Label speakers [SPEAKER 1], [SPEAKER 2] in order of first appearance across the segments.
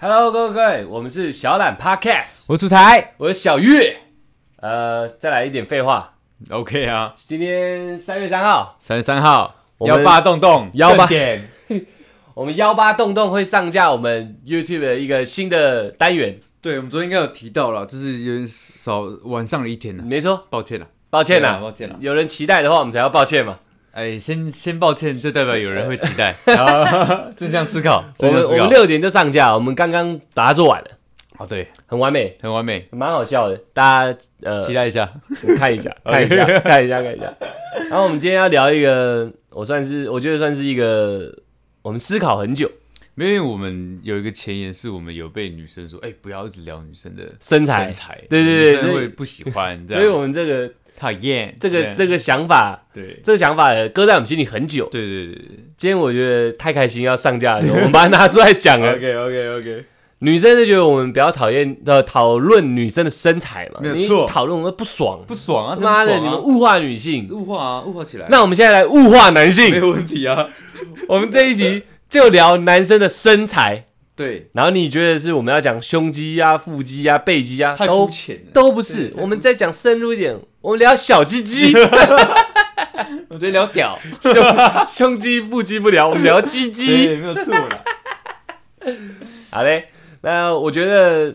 [SPEAKER 1] Hello，各位各位，我们是小懒 Podcast，
[SPEAKER 2] 我出台
[SPEAKER 1] 我是小月。呃，再来一点废话。
[SPEAKER 2] ，OK 啊，
[SPEAKER 1] 今天三月三号，
[SPEAKER 2] 三十三号
[SPEAKER 1] 我
[SPEAKER 2] 幺
[SPEAKER 1] 们
[SPEAKER 2] 八洞洞
[SPEAKER 1] 幺八
[SPEAKER 2] 正点，
[SPEAKER 1] 我们幺八洞洞会上架我们 YouTube 的一个新的单元。
[SPEAKER 2] 对我们昨天应该有提到了，就是有点少晚上了一天了，啊
[SPEAKER 1] 没错，
[SPEAKER 2] 抱歉了，
[SPEAKER 1] 抱歉
[SPEAKER 2] 对
[SPEAKER 1] 啦，
[SPEAKER 2] 啊抱歉啦
[SPEAKER 1] 有人期待的话，我们才要抱歉嘛。
[SPEAKER 2] 哎，先先抱歉，这代表有人会期 待，啊正向思考，
[SPEAKER 1] 我
[SPEAKER 2] 正
[SPEAKER 1] 们我
[SPEAKER 2] 向思
[SPEAKER 1] 们
[SPEAKER 2] 考，
[SPEAKER 1] 六点就上架，我们刚刚把它做完了，
[SPEAKER 2] 哦对，
[SPEAKER 1] 很完美，
[SPEAKER 2] 很完美，
[SPEAKER 1] 蛮好笑的。大家呃，
[SPEAKER 2] 期待一下，
[SPEAKER 1] 看 一下，看一下，看一下，看一下。然后我们今天要聊一个，我算是我觉得算是一个我们思考很久
[SPEAKER 2] 因为我们有一个前言是我们有被女生说，哎，不要一直聊女生的
[SPEAKER 1] 身材，
[SPEAKER 2] 身材，
[SPEAKER 1] 对对对
[SPEAKER 2] 女
[SPEAKER 1] 所
[SPEAKER 2] 生
[SPEAKER 1] 以
[SPEAKER 2] 会不喜欢，这
[SPEAKER 1] 所以
[SPEAKER 2] 样
[SPEAKER 1] 我们这个
[SPEAKER 2] 讨厌
[SPEAKER 1] 这个这
[SPEAKER 2] 个，
[SPEAKER 1] 个想法，
[SPEAKER 2] 对
[SPEAKER 1] 这个想法呃搁在我们心里很久。
[SPEAKER 2] 对对对对
[SPEAKER 1] 今天我觉得太开心要上架的时候，我们把它拿出来 讲了。
[SPEAKER 2] ，OK OK OK，
[SPEAKER 1] 女生就觉得我们比较讨厌呃讨论女生的身材嘛，
[SPEAKER 2] 没有
[SPEAKER 1] 你
[SPEAKER 2] 错
[SPEAKER 1] 讨论我们不爽，
[SPEAKER 2] 不爽啊，真
[SPEAKER 1] 妈的
[SPEAKER 2] 不
[SPEAKER 1] 你
[SPEAKER 2] 爽啊
[SPEAKER 1] 们物化女性。
[SPEAKER 2] 物化啊，物化起来，
[SPEAKER 1] 那我们现在来物化男
[SPEAKER 2] 没
[SPEAKER 1] 性，
[SPEAKER 2] 有问题啊。
[SPEAKER 1] 我们这一集就聊男生的身材。
[SPEAKER 2] 对，
[SPEAKER 1] 然后你觉得是我们要讲胸肌呀、腹肌呀、背肌呀，
[SPEAKER 2] 太
[SPEAKER 1] 都
[SPEAKER 2] 肤浅了。
[SPEAKER 1] 都不是
[SPEAKER 2] 对。太
[SPEAKER 1] 我们再讲深入一点，我们聊小鸡鸡，
[SPEAKER 2] 我直接聊 屌，
[SPEAKER 1] 胸胸肌、腹肌不聊，我们聊鸡鸡。
[SPEAKER 2] 对，没有 错了。
[SPEAKER 1] 好嘞，那我觉得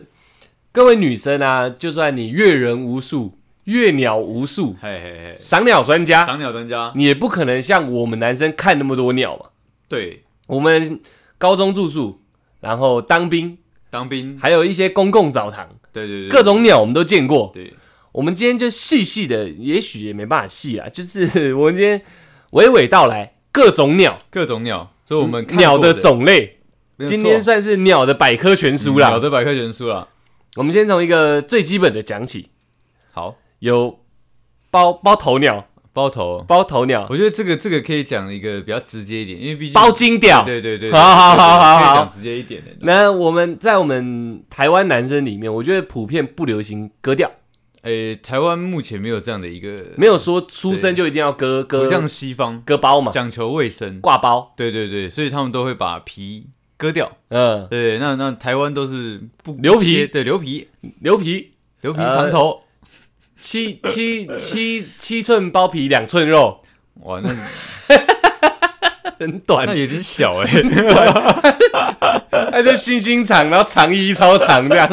[SPEAKER 1] 各位女生啊，就算你阅人无数、阅鸟无数、
[SPEAKER 2] 嘿嘿嘿，
[SPEAKER 1] 赏鸟专家，
[SPEAKER 2] 赏鸟专家，
[SPEAKER 1] 你也不可能像我们男生看那么多鸟嘛。
[SPEAKER 2] 对，
[SPEAKER 1] 我们高中住宿，然后当兵，
[SPEAKER 2] 当兵，
[SPEAKER 1] 还有一些公共澡堂，
[SPEAKER 2] 对对对，
[SPEAKER 1] 各种鸟我们都见过。
[SPEAKER 2] 对，
[SPEAKER 1] 我们今天就细细的，也许也没办法细啊，就是我们今天娓娓道来各种鸟
[SPEAKER 2] 各种鸟，所以我们看
[SPEAKER 1] 鸟
[SPEAKER 2] 过的
[SPEAKER 1] 的种类，
[SPEAKER 2] 没有错，嗯
[SPEAKER 1] 今天算是鸟的百科全书啦
[SPEAKER 2] 鸟。的百科全书啦。
[SPEAKER 1] 我们先从一个最基本的讲起，
[SPEAKER 2] 好，
[SPEAKER 1] 有包包头鸟、
[SPEAKER 2] 包头，
[SPEAKER 1] 包头鸟、
[SPEAKER 2] 我觉得这个这个可以讲一个比较直接一点，因为毕竟
[SPEAKER 1] 包，金鸟。
[SPEAKER 2] 对对对，
[SPEAKER 1] 好好好好
[SPEAKER 2] 可以
[SPEAKER 1] 好
[SPEAKER 2] 讲直接一点的。
[SPEAKER 1] 那我们在我们台湾男生里面，我觉得普遍不流行割掉，
[SPEAKER 2] 诶，台湾目前没有这样的一个，
[SPEAKER 1] 没有说出生就一定要割
[SPEAKER 2] 不
[SPEAKER 1] 割
[SPEAKER 2] 像西方
[SPEAKER 1] 割包嘛，
[SPEAKER 2] 讲求卫生，
[SPEAKER 1] 挂包。
[SPEAKER 2] 对对对，所以他们都会把皮割掉。
[SPEAKER 1] 嗯，
[SPEAKER 2] 对，那那台湾都是不
[SPEAKER 1] 牛皮呃
[SPEAKER 2] 不切对牛皮，
[SPEAKER 1] 牛皮
[SPEAKER 2] 牛皮长头，
[SPEAKER 1] 七七七七寸包皮两寸肉，
[SPEAKER 2] 哇， 那
[SPEAKER 1] 很
[SPEAKER 2] 那
[SPEAKER 1] 短，
[SPEAKER 2] 有点小 哎、欸，
[SPEAKER 1] 它就星星长，然后长衣超长这样。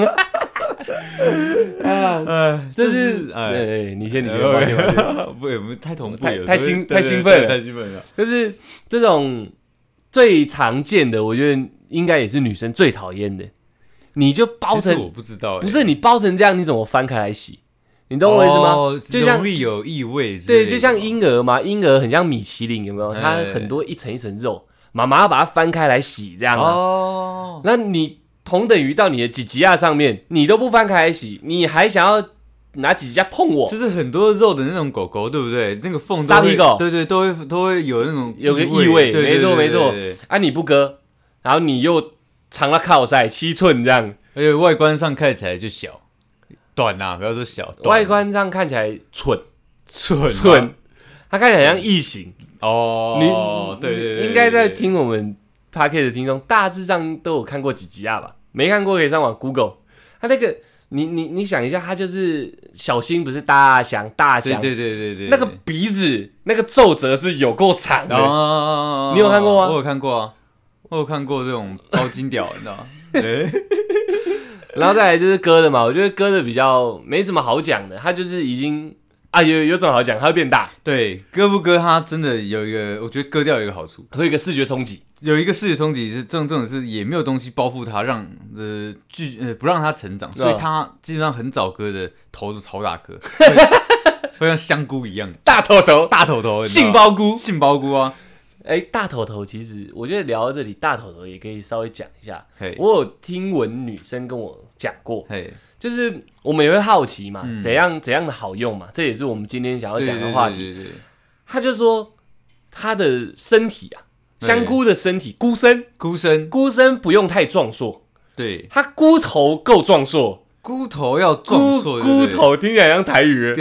[SPEAKER 1] 啊，
[SPEAKER 2] 哎，
[SPEAKER 1] 这是哎，
[SPEAKER 2] 哎，
[SPEAKER 1] 对你先，你先，
[SPEAKER 2] 哎
[SPEAKER 1] 抱歉抱歉
[SPEAKER 2] 不，我们太同步
[SPEAKER 1] 太
[SPEAKER 2] 了，
[SPEAKER 1] 太
[SPEAKER 2] 对
[SPEAKER 1] 兴
[SPEAKER 2] 对
[SPEAKER 1] 太兴
[SPEAKER 2] 对
[SPEAKER 1] 奋了
[SPEAKER 2] 太兴奋了。
[SPEAKER 1] 就是这种最常见的，我觉得应该也是女生最讨厌的。你就包
[SPEAKER 2] 其实
[SPEAKER 1] 成
[SPEAKER 2] 我不知道、欸，
[SPEAKER 1] 不是你包成这样，你怎么翻开来洗？你
[SPEAKER 2] 哦，
[SPEAKER 1] 懂我意思吗？就像
[SPEAKER 2] 容易有异味之
[SPEAKER 1] 对，
[SPEAKER 2] 类的吗，
[SPEAKER 1] 就像婴儿嘛，婴儿很像米其林，有没有？它
[SPEAKER 2] 哎
[SPEAKER 1] 很多一层一层肉，妈妈要把它翻开来洗，这样啊。
[SPEAKER 2] 哦，
[SPEAKER 1] 那你同等于到你的几吉亚上面，你都不翻开来洗，你还想要拿几吉亚碰我？
[SPEAKER 2] 就是很多肉的那种狗狗，对不对？那个缝都会
[SPEAKER 1] 沙皮狗
[SPEAKER 2] 对对，都会都会有那种
[SPEAKER 1] 有个
[SPEAKER 2] 异
[SPEAKER 1] 异味
[SPEAKER 2] 对
[SPEAKER 1] 没错没错，
[SPEAKER 2] 对对对对对
[SPEAKER 1] 啊，你不割，然后你又长到靠塞七寸这样，
[SPEAKER 2] 而且外观上看起来就小。短呐、不要说小，短
[SPEAKER 1] 外观上看起来蠢
[SPEAKER 2] 蠢蠢、
[SPEAKER 1] 蠢，啊它看起来像异形。
[SPEAKER 2] 哦，
[SPEAKER 1] 你
[SPEAKER 2] 对对对，
[SPEAKER 1] 应该在
[SPEAKER 2] 对
[SPEAKER 1] 听我们 p a r k e t 的听众，大致上都有看过几吉亚吧？没看过可以上网 Google。它那个，你你你想一下，它就是小新不是大象大
[SPEAKER 2] 对
[SPEAKER 1] 象，
[SPEAKER 2] 对对对对，
[SPEAKER 1] 那个鼻子那个皱褶是有够长的。
[SPEAKER 2] 哦，
[SPEAKER 1] 你有看过吗
[SPEAKER 2] 我有看过啊，我有看过这种包金屌，你 知道吗？对
[SPEAKER 1] 然后再来就是割的嘛，我觉得割的比较没什么好讲的，它就是已经啊有有种好讲，它会变大，
[SPEAKER 2] 对，割不割它真的有一个，我觉得割掉有一个好处，
[SPEAKER 1] 会有一个视觉冲击。
[SPEAKER 2] 有一个视觉冲击是正正是也没有东西包覆它，让呃拒呃不让它成长，
[SPEAKER 1] 啊
[SPEAKER 2] 所以它基本上很早割的头都超大颗， 会会像香菇一样
[SPEAKER 1] 大头头，
[SPEAKER 2] 大头头，你知道
[SPEAKER 1] 杏
[SPEAKER 2] 吗
[SPEAKER 1] 鲍菇，
[SPEAKER 2] 杏鲍菇啊，
[SPEAKER 1] 哎，大头头其实我觉得聊到这里，大头头也可以稍微讲一下。
[SPEAKER 2] 嘿
[SPEAKER 1] 我有听闻女生跟我讲过，
[SPEAKER 2] 嘿，
[SPEAKER 1] 就是我们也会好奇嘛，
[SPEAKER 2] 嗯
[SPEAKER 1] 怎样怎样的好用嘛，这也是我们今天想要
[SPEAKER 2] 对
[SPEAKER 1] 讲的话题。
[SPEAKER 2] 对对对对
[SPEAKER 1] 他就说他的身体啊，
[SPEAKER 2] 对
[SPEAKER 1] 香菇的身体，菇身，
[SPEAKER 2] 菇身
[SPEAKER 1] 菇身不用太壮硕，
[SPEAKER 2] 对
[SPEAKER 1] 它菇头够壮硕，
[SPEAKER 2] 菇头要壮
[SPEAKER 1] 菇
[SPEAKER 2] 硕，对
[SPEAKER 1] 菇
[SPEAKER 2] 不对，
[SPEAKER 1] 头听起来像台语，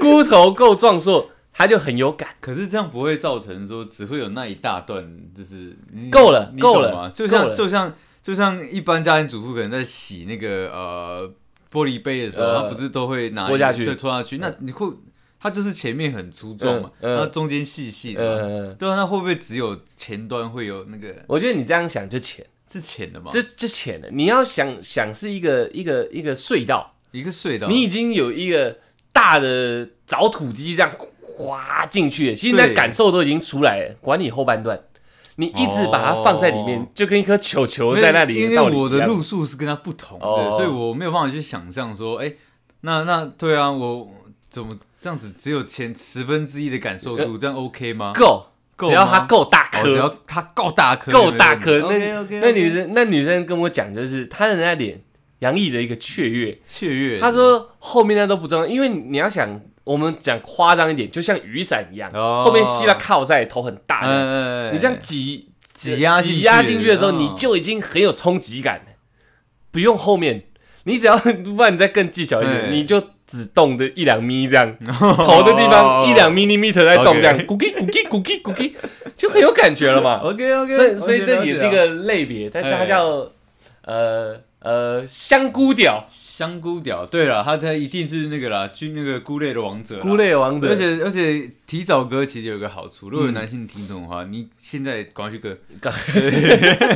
[SPEAKER 1] 菇头够壮硕，他就很有感。
[SPEAKER 2] 可是这样不会造成说只会有那一大段，就是你
[SPEAKER 1] 够了
[SPEAKER 2] 你懂
[SPEAKER 1] 够了
[SPEAKER 2] 吗？就
[SPEAKER 1] 够
[SPEAKER 2] 像
[SPEAKER 1] 了
[SPEAKER 2] 就像就像一般家庭主妇可能在洗那个呃玻璃杯的时候，
[SPEAKER 1] 呃
[SPEAKER 2] 她不是都会拿
[SPEAKER 1] 戳下去嗯
[SPEAKER 2] 对，戳下去。那你会，它就是前面很粗壮嘛，
[SPEAKER 1] 嗯嗯
[SPEAKER 2] 然后中间细细的嘛，
[SPEAKER 1] 呃，
[SPEAKER 2] 对啊，那会不会只有前端会有那个
[SPEAKER 1] 我觉得你这样想就浅，
[SPEAKER 2] 是浅的嘛？
[SPEAKER 1] 就就浅了。你要想想是一个一个一个隧道，
[SPEAKER 2] 一个隧道，
[SPEAKER 1] 你已经有一个大的凿土机这样滑进去了，其实
[SPEAKER 2] 对
[SPEAKER 1] 那感受都已经出来了，管你后半段。你一直把它放在里面，
[SPEAKER 2] 哦
[SPEAKER 1] 就跟一颗球球
[SPEAKER 2] 没有
[SPEAKER 1] 在那里
[SPEAKER 2] 因
[SPEAKER 1] 的
[SPEAKER 2] 为
[SPEAKER 1] 道理一样。
[SPEAKER 2] 我的路数是跟他不同的，
[SPEAKER 1] 哦
[SPEAKER 2] 所以我没有办法去想象说，哎、那那对啊，我怎么这样子只有前十分之一的感受度，这样 OK 吗？
[SPEAKER 1] 呃够，
[SPEAKER 2] 够
[SPEAKER 1] 只要它
[SPEAKER 2] 吗
[SPEAKER 1] 够大
[SPEAKER 2] 哦只要
[SPEAKER 1] 颗，
[SPEAKER 2] 他够大颗，
[SPEAKER 1] 够大颗。
[SPEAKER 2] 对
[SPEAKER 1] 那
[SPEAKER 2] OK，OK，OK
[SPEAKER 1] 那女生那女生跟我讲，就是她的那脸洋溢着一个雀跃。
[SPEAKER 2] 雀跃，
[SPEAKER 1] 她说后面那都不重要，因为你要想，我们讲夸张一点，就像雨伞一样，
[SPEAKER 2] 哦
[SPEAKER 1] 后面吸了靠在头很大的，
[SPEAKER 2] 嗯，
[SPEAKER 1] 你这样挤
[SPEAKER 2] 挤压
[SPEAKER 1] 挤压进去的时候，
[SPEAKER 2] 哦
[SPEAKER 1] 你就已经很有冲击感了，不用后面。你只要不然你再更技巧一点，
[SPEAKER 2] 哎哦
[SPEAKER 1] 你就只动的一两米这 样，头的地方一两 millimeter 在动，这样
[SPEAKER 2] OK
[SPEAKER 1] 咕叽咕叽咕叽咕叽，就很有感觉了 嘛。
[SPEAKER 2] OK OK，
[SPEAKER 1] 所以所以这也是一个类别，但是它
[SPEAKER 2] 啊哎
[SPEAKER 1] 叫呃呃香菇屌
[SPEAKER 2] 香菇屌。对了，他他一定是那个啦，军那个菇类的王者啦，
[SPEAKER 1] 菇类王者
[SPEAKER 2] 而，且而且提早割其实有一个好处，如果有男性听众的话，你现在赶快去割
[SPEAKER 1] 嗯赶，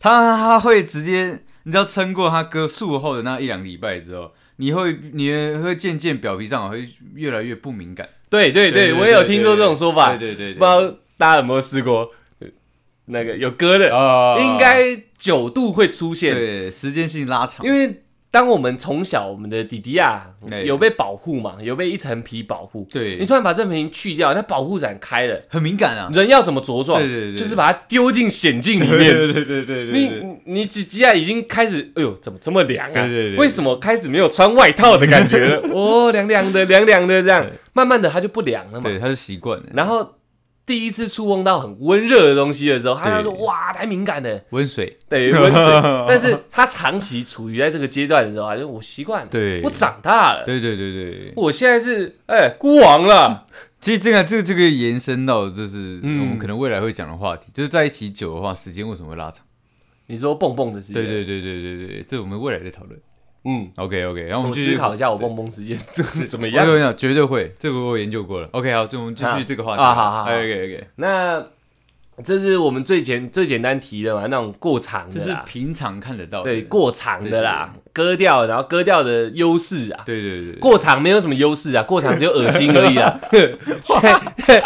[SPEAKER 2] 他他会直接，你只要撑过他割术后的那一两礼拜之后，你会你会渐渐表皮上会越来越不敏感。
[SPEAKER 1] 对对对，我也有听说这种说法，
[SPEAKER 2] 对对对，
[SPEAKER 1] 不知道大家有没有试过？呃那个有割的，
[SPEAKER 2] 啊
[SPEAKER 1] 应该九度会出现，
[SPEAKER 2] 对时间性拉长，
[SPEAKER 1] 因为当我们从小我们的弟弟啊
[SPEAKER 2] 哎
[SPEAKER 1] 有被保护嘛，有被一层皮保护，你
[SPEAKER 2] 对，
[SPEAKER 1] 突然把这层皮去掉，那保护伞开了，
[SPEAKER 2] 很敏感啊，
[SPEAKER 1] 人要怎么茁壮？
[SPEAKER 2] 对对对
[SPEAKER 1] 就是把它丢进险境里面。
[SPEAKER 2] 对对对对
[SPEAKER 1] 你
[SPEAKER 2] 对，
[SPEAKER 1] 你你几几啊？已经开始，哎呦，怎么这么凉啊？
[SPEAKER 2] 对对对
[SPEAKER 1] 为什么开始没有穿外套的感觉 了？哦，凉凉的，凉凉的，这样
[SPEAKER 2] 对，
[SPEAKER 1] 慢慢的它就不凉了嘛。
[SPEAKER 2] 对他是习惯了，
[SPEAKER 1] 然后第一次触碰到很温热的东西的时候，他就说
[SPEAKER 2] 对
[SPEAKER 1] 哇，太敏感了，
[SPEAKER 2] 温水，
[SPEAKER 1] 对 温 水。但是他长期处于在这个阶段的时候啊，就我习惯了，
[SPEAKER 2] 对，
[SPEAKER 1] 我长大了，
[SPEAKER 2] 对对对对，
[SPEAKER 1] 我现在是哎孤王了，
[SPEAKER 2] 其实这个这个这个延伸到就是我
[SPEAKER 1] 嗯
[SPEAKER 2] 们可能未来会讲的话题，就是在一起久的话，时间为什么会拉长？
[SPEAKER 1] 你说蹦蹦的时间，
[SPEAKER 2] 对对对对对对，这我们未来再讨论。
[SPEAKER 1] 嗯，
[SPEAKER 2] OK OK，然后
[SPEAKER 1] 我
[SPEAKER 2] 我们继
[SPEAKER 1] 思
[SPEAKER 2] 续
[SPEAKER 1] 考一下我蹦蹦时间 怎怎么
[SPEAKER 2] 我跟
[SPEAKER 1] 样。
[SPEAKER 2] 你讲，绝对会，这个我有研究过了。OK，好，就我们继
[SPEAKER 1] 啊
[SPEAKER 2] 续这个话题。
[SPEAKER 1] 啊好好好
[SPEAKER 2] OK OK，
[SPEAKER 1] 那这是我们最简最简单提的嘛，那种过长
[SPEAKER 2] 这
[SPEAKER 1] 的
[SPEAKER 2] 是
[SPEAKER 1] 啦，
[SPEAKER 2] 平常看得到的。
[SPEAKER 1] 对过长的啦，割掉，然后割掉的优势啊，
[SPEAKER 2] 对对对，
[SPEAKER 1] 过场没有什么优势啊，过场只有恶心而已 啊。现在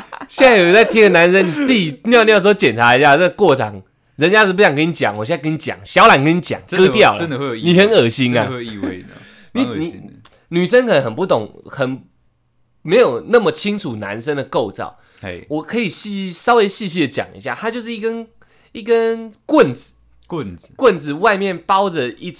[SPEAKER 1] 现在有在听的男生，你自己尿尿的时候检查一下，这过场人家是不想跟你讲，我现在跟你讲，小懒跟你讲，
[SPEAKER 2] 真的
[SPEAKER 1] 割掉了
[SPEAKER 2] 真的会有异味，
[SPEAKER 1] 你很恶心
[SPEAKER 2] 真的
[SPEAKER 1] 啊。
[SPEAKER 2] 会有异味的，
[SPEAKER 1] 你
[SPEAKER 2] 蛮恶心的。
[SPEAKER 1] 女生可能很不懂，很没有那么清楚男生的构造。
[SPEAKER 2] 嘿，
[SPEAKER 1] 我可以细稍微细细的讲一下，它就是一根一根棍子，
[SPEAKER 2] 棍子，
[SPEAKER 1] 棍子外面包着一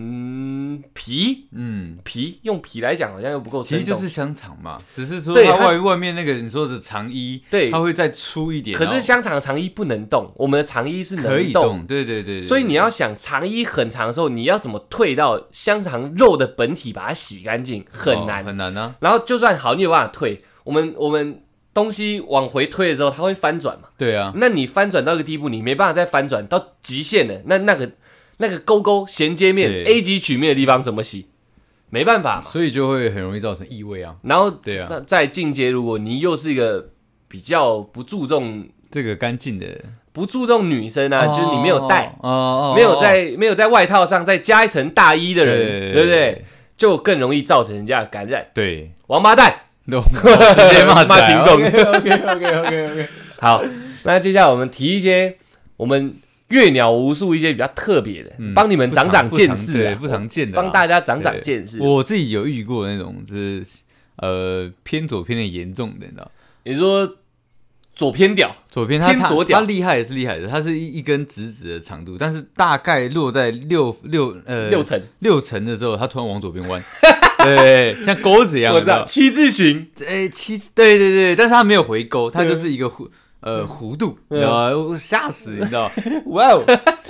[SPEAKER 1] 层皮，
[SPEAKER 2] 嗯，
[SPEAKER 1] 皮用皮来讲好像又不够
[SPEAKER 2] 其
[SPEAKER 1] 生
[SPEAKER 2] 实就
[SPEAKER 1] 动。
[SPEAKER 2] 是香肠嘛，只是说
[SPEAKER 1] 对
[SPEAKER 2] 它
[SPEAKER 1] 它
[SPEAKER 2] 外外面那个你说的长衣，
[SPEAKER 1] 对
[SPEAKER 2] 它会再粗一点。
[SPEAKER 1] 可
[SPEAKER 2] 然
[SPEAKER 1] 是
[SPEAKER 2] 后
[SPEAKER 1] 香肠的长衣不能动，我们的长衣是能
[SPEAKER 2] 可以
[SPEAKER 1] 动，
[SPEAKER 2] 动，对对对对
[SPEAKER 1] 所以你要想长衣很长的时候，你要怎么退到香肠肉的本体把它洗干净，很难。
[SPEAKER 2] 哦很难啊。
[SPEAKER 1] 然后就算好，你有办法退，我们我们东西往回推的时候，它会翻转嘛？
[SPEAKER 2] 对啊，
[SPEAKER 1] 那你翻转到一个地步，你没办法再翻转到极限了，那那个那个勾勾衔接面
[SPEAKER 2] 对
[SPEAKER 1] A 级曲面的地方怎么洗？没办法嘛。
[SPEAKER 2] 所以就会很容易造成异味啊。
[SPEAKER 1] 然后
[SPEAKER 2] 对啊
[SPEAKER 1] 再再进阶，如果你又是一个比较不注重
[SPEAKER 2] 这个干净的，
[SPEAKER 1] 不注重女生啊，就是你没有带。
[SPEAKER 2] 哦哦，哦
[SPEAKER 1] 没有在没有在外套上再加一层大衣的人，对不对？？就更容易造成人家的感染。
[SPEAKER 2] 对，
[SPEAKER 1] 王八蛋！
[SPEAKER 2] 都直接骂起来啊
[SPEAKER 1] 骂听
[SPEAKER 2] OK OK OK OK，
[SPEAKER 1] 好，那接下来我们提一些我们阅鸟无数一些比较特别的，帮你们长长见识啊、
[SPEAKER 2] 不常见的啊，
[SPEAKER 1] 帮大家长
[SPEAKER 2] 对
[SPEAKER 1] 长见识。
[SPEAKER 2] 我自己有遇过那种就是呃偏左偏的严重的，你知道。
[SPEAKER 1] 你说左偏屌，
[SPEAKER 2] 左边它
[SPEAKER 1] 偏
[SPEAKER 2] 它
[SPEAKER 1] 左屌
[SPEAKER 2] 它厉害也是厉害的，它是一一根直直的长度，但是大概落在六六呃
[SPEAKER 1] 六层，
[SPEAKER 2] 六层的时候，它突然往左边弯， 对，像钩子一样，
[SPEAKER 1] 我
[SPEAKER 2] 你
[SPEAKER 1] 知
[SPEAKER 2] 知道
[SPEAKER 1] 道七字形，
[SPEAKER 2] 哎、其实对对对，但是他没有回勾，他就是一个弧
[SPEAKER 1] 嗯
[SPEAKER 2] 呃弧度，你知道吗？我吓死，你知道吗？ 哇哦！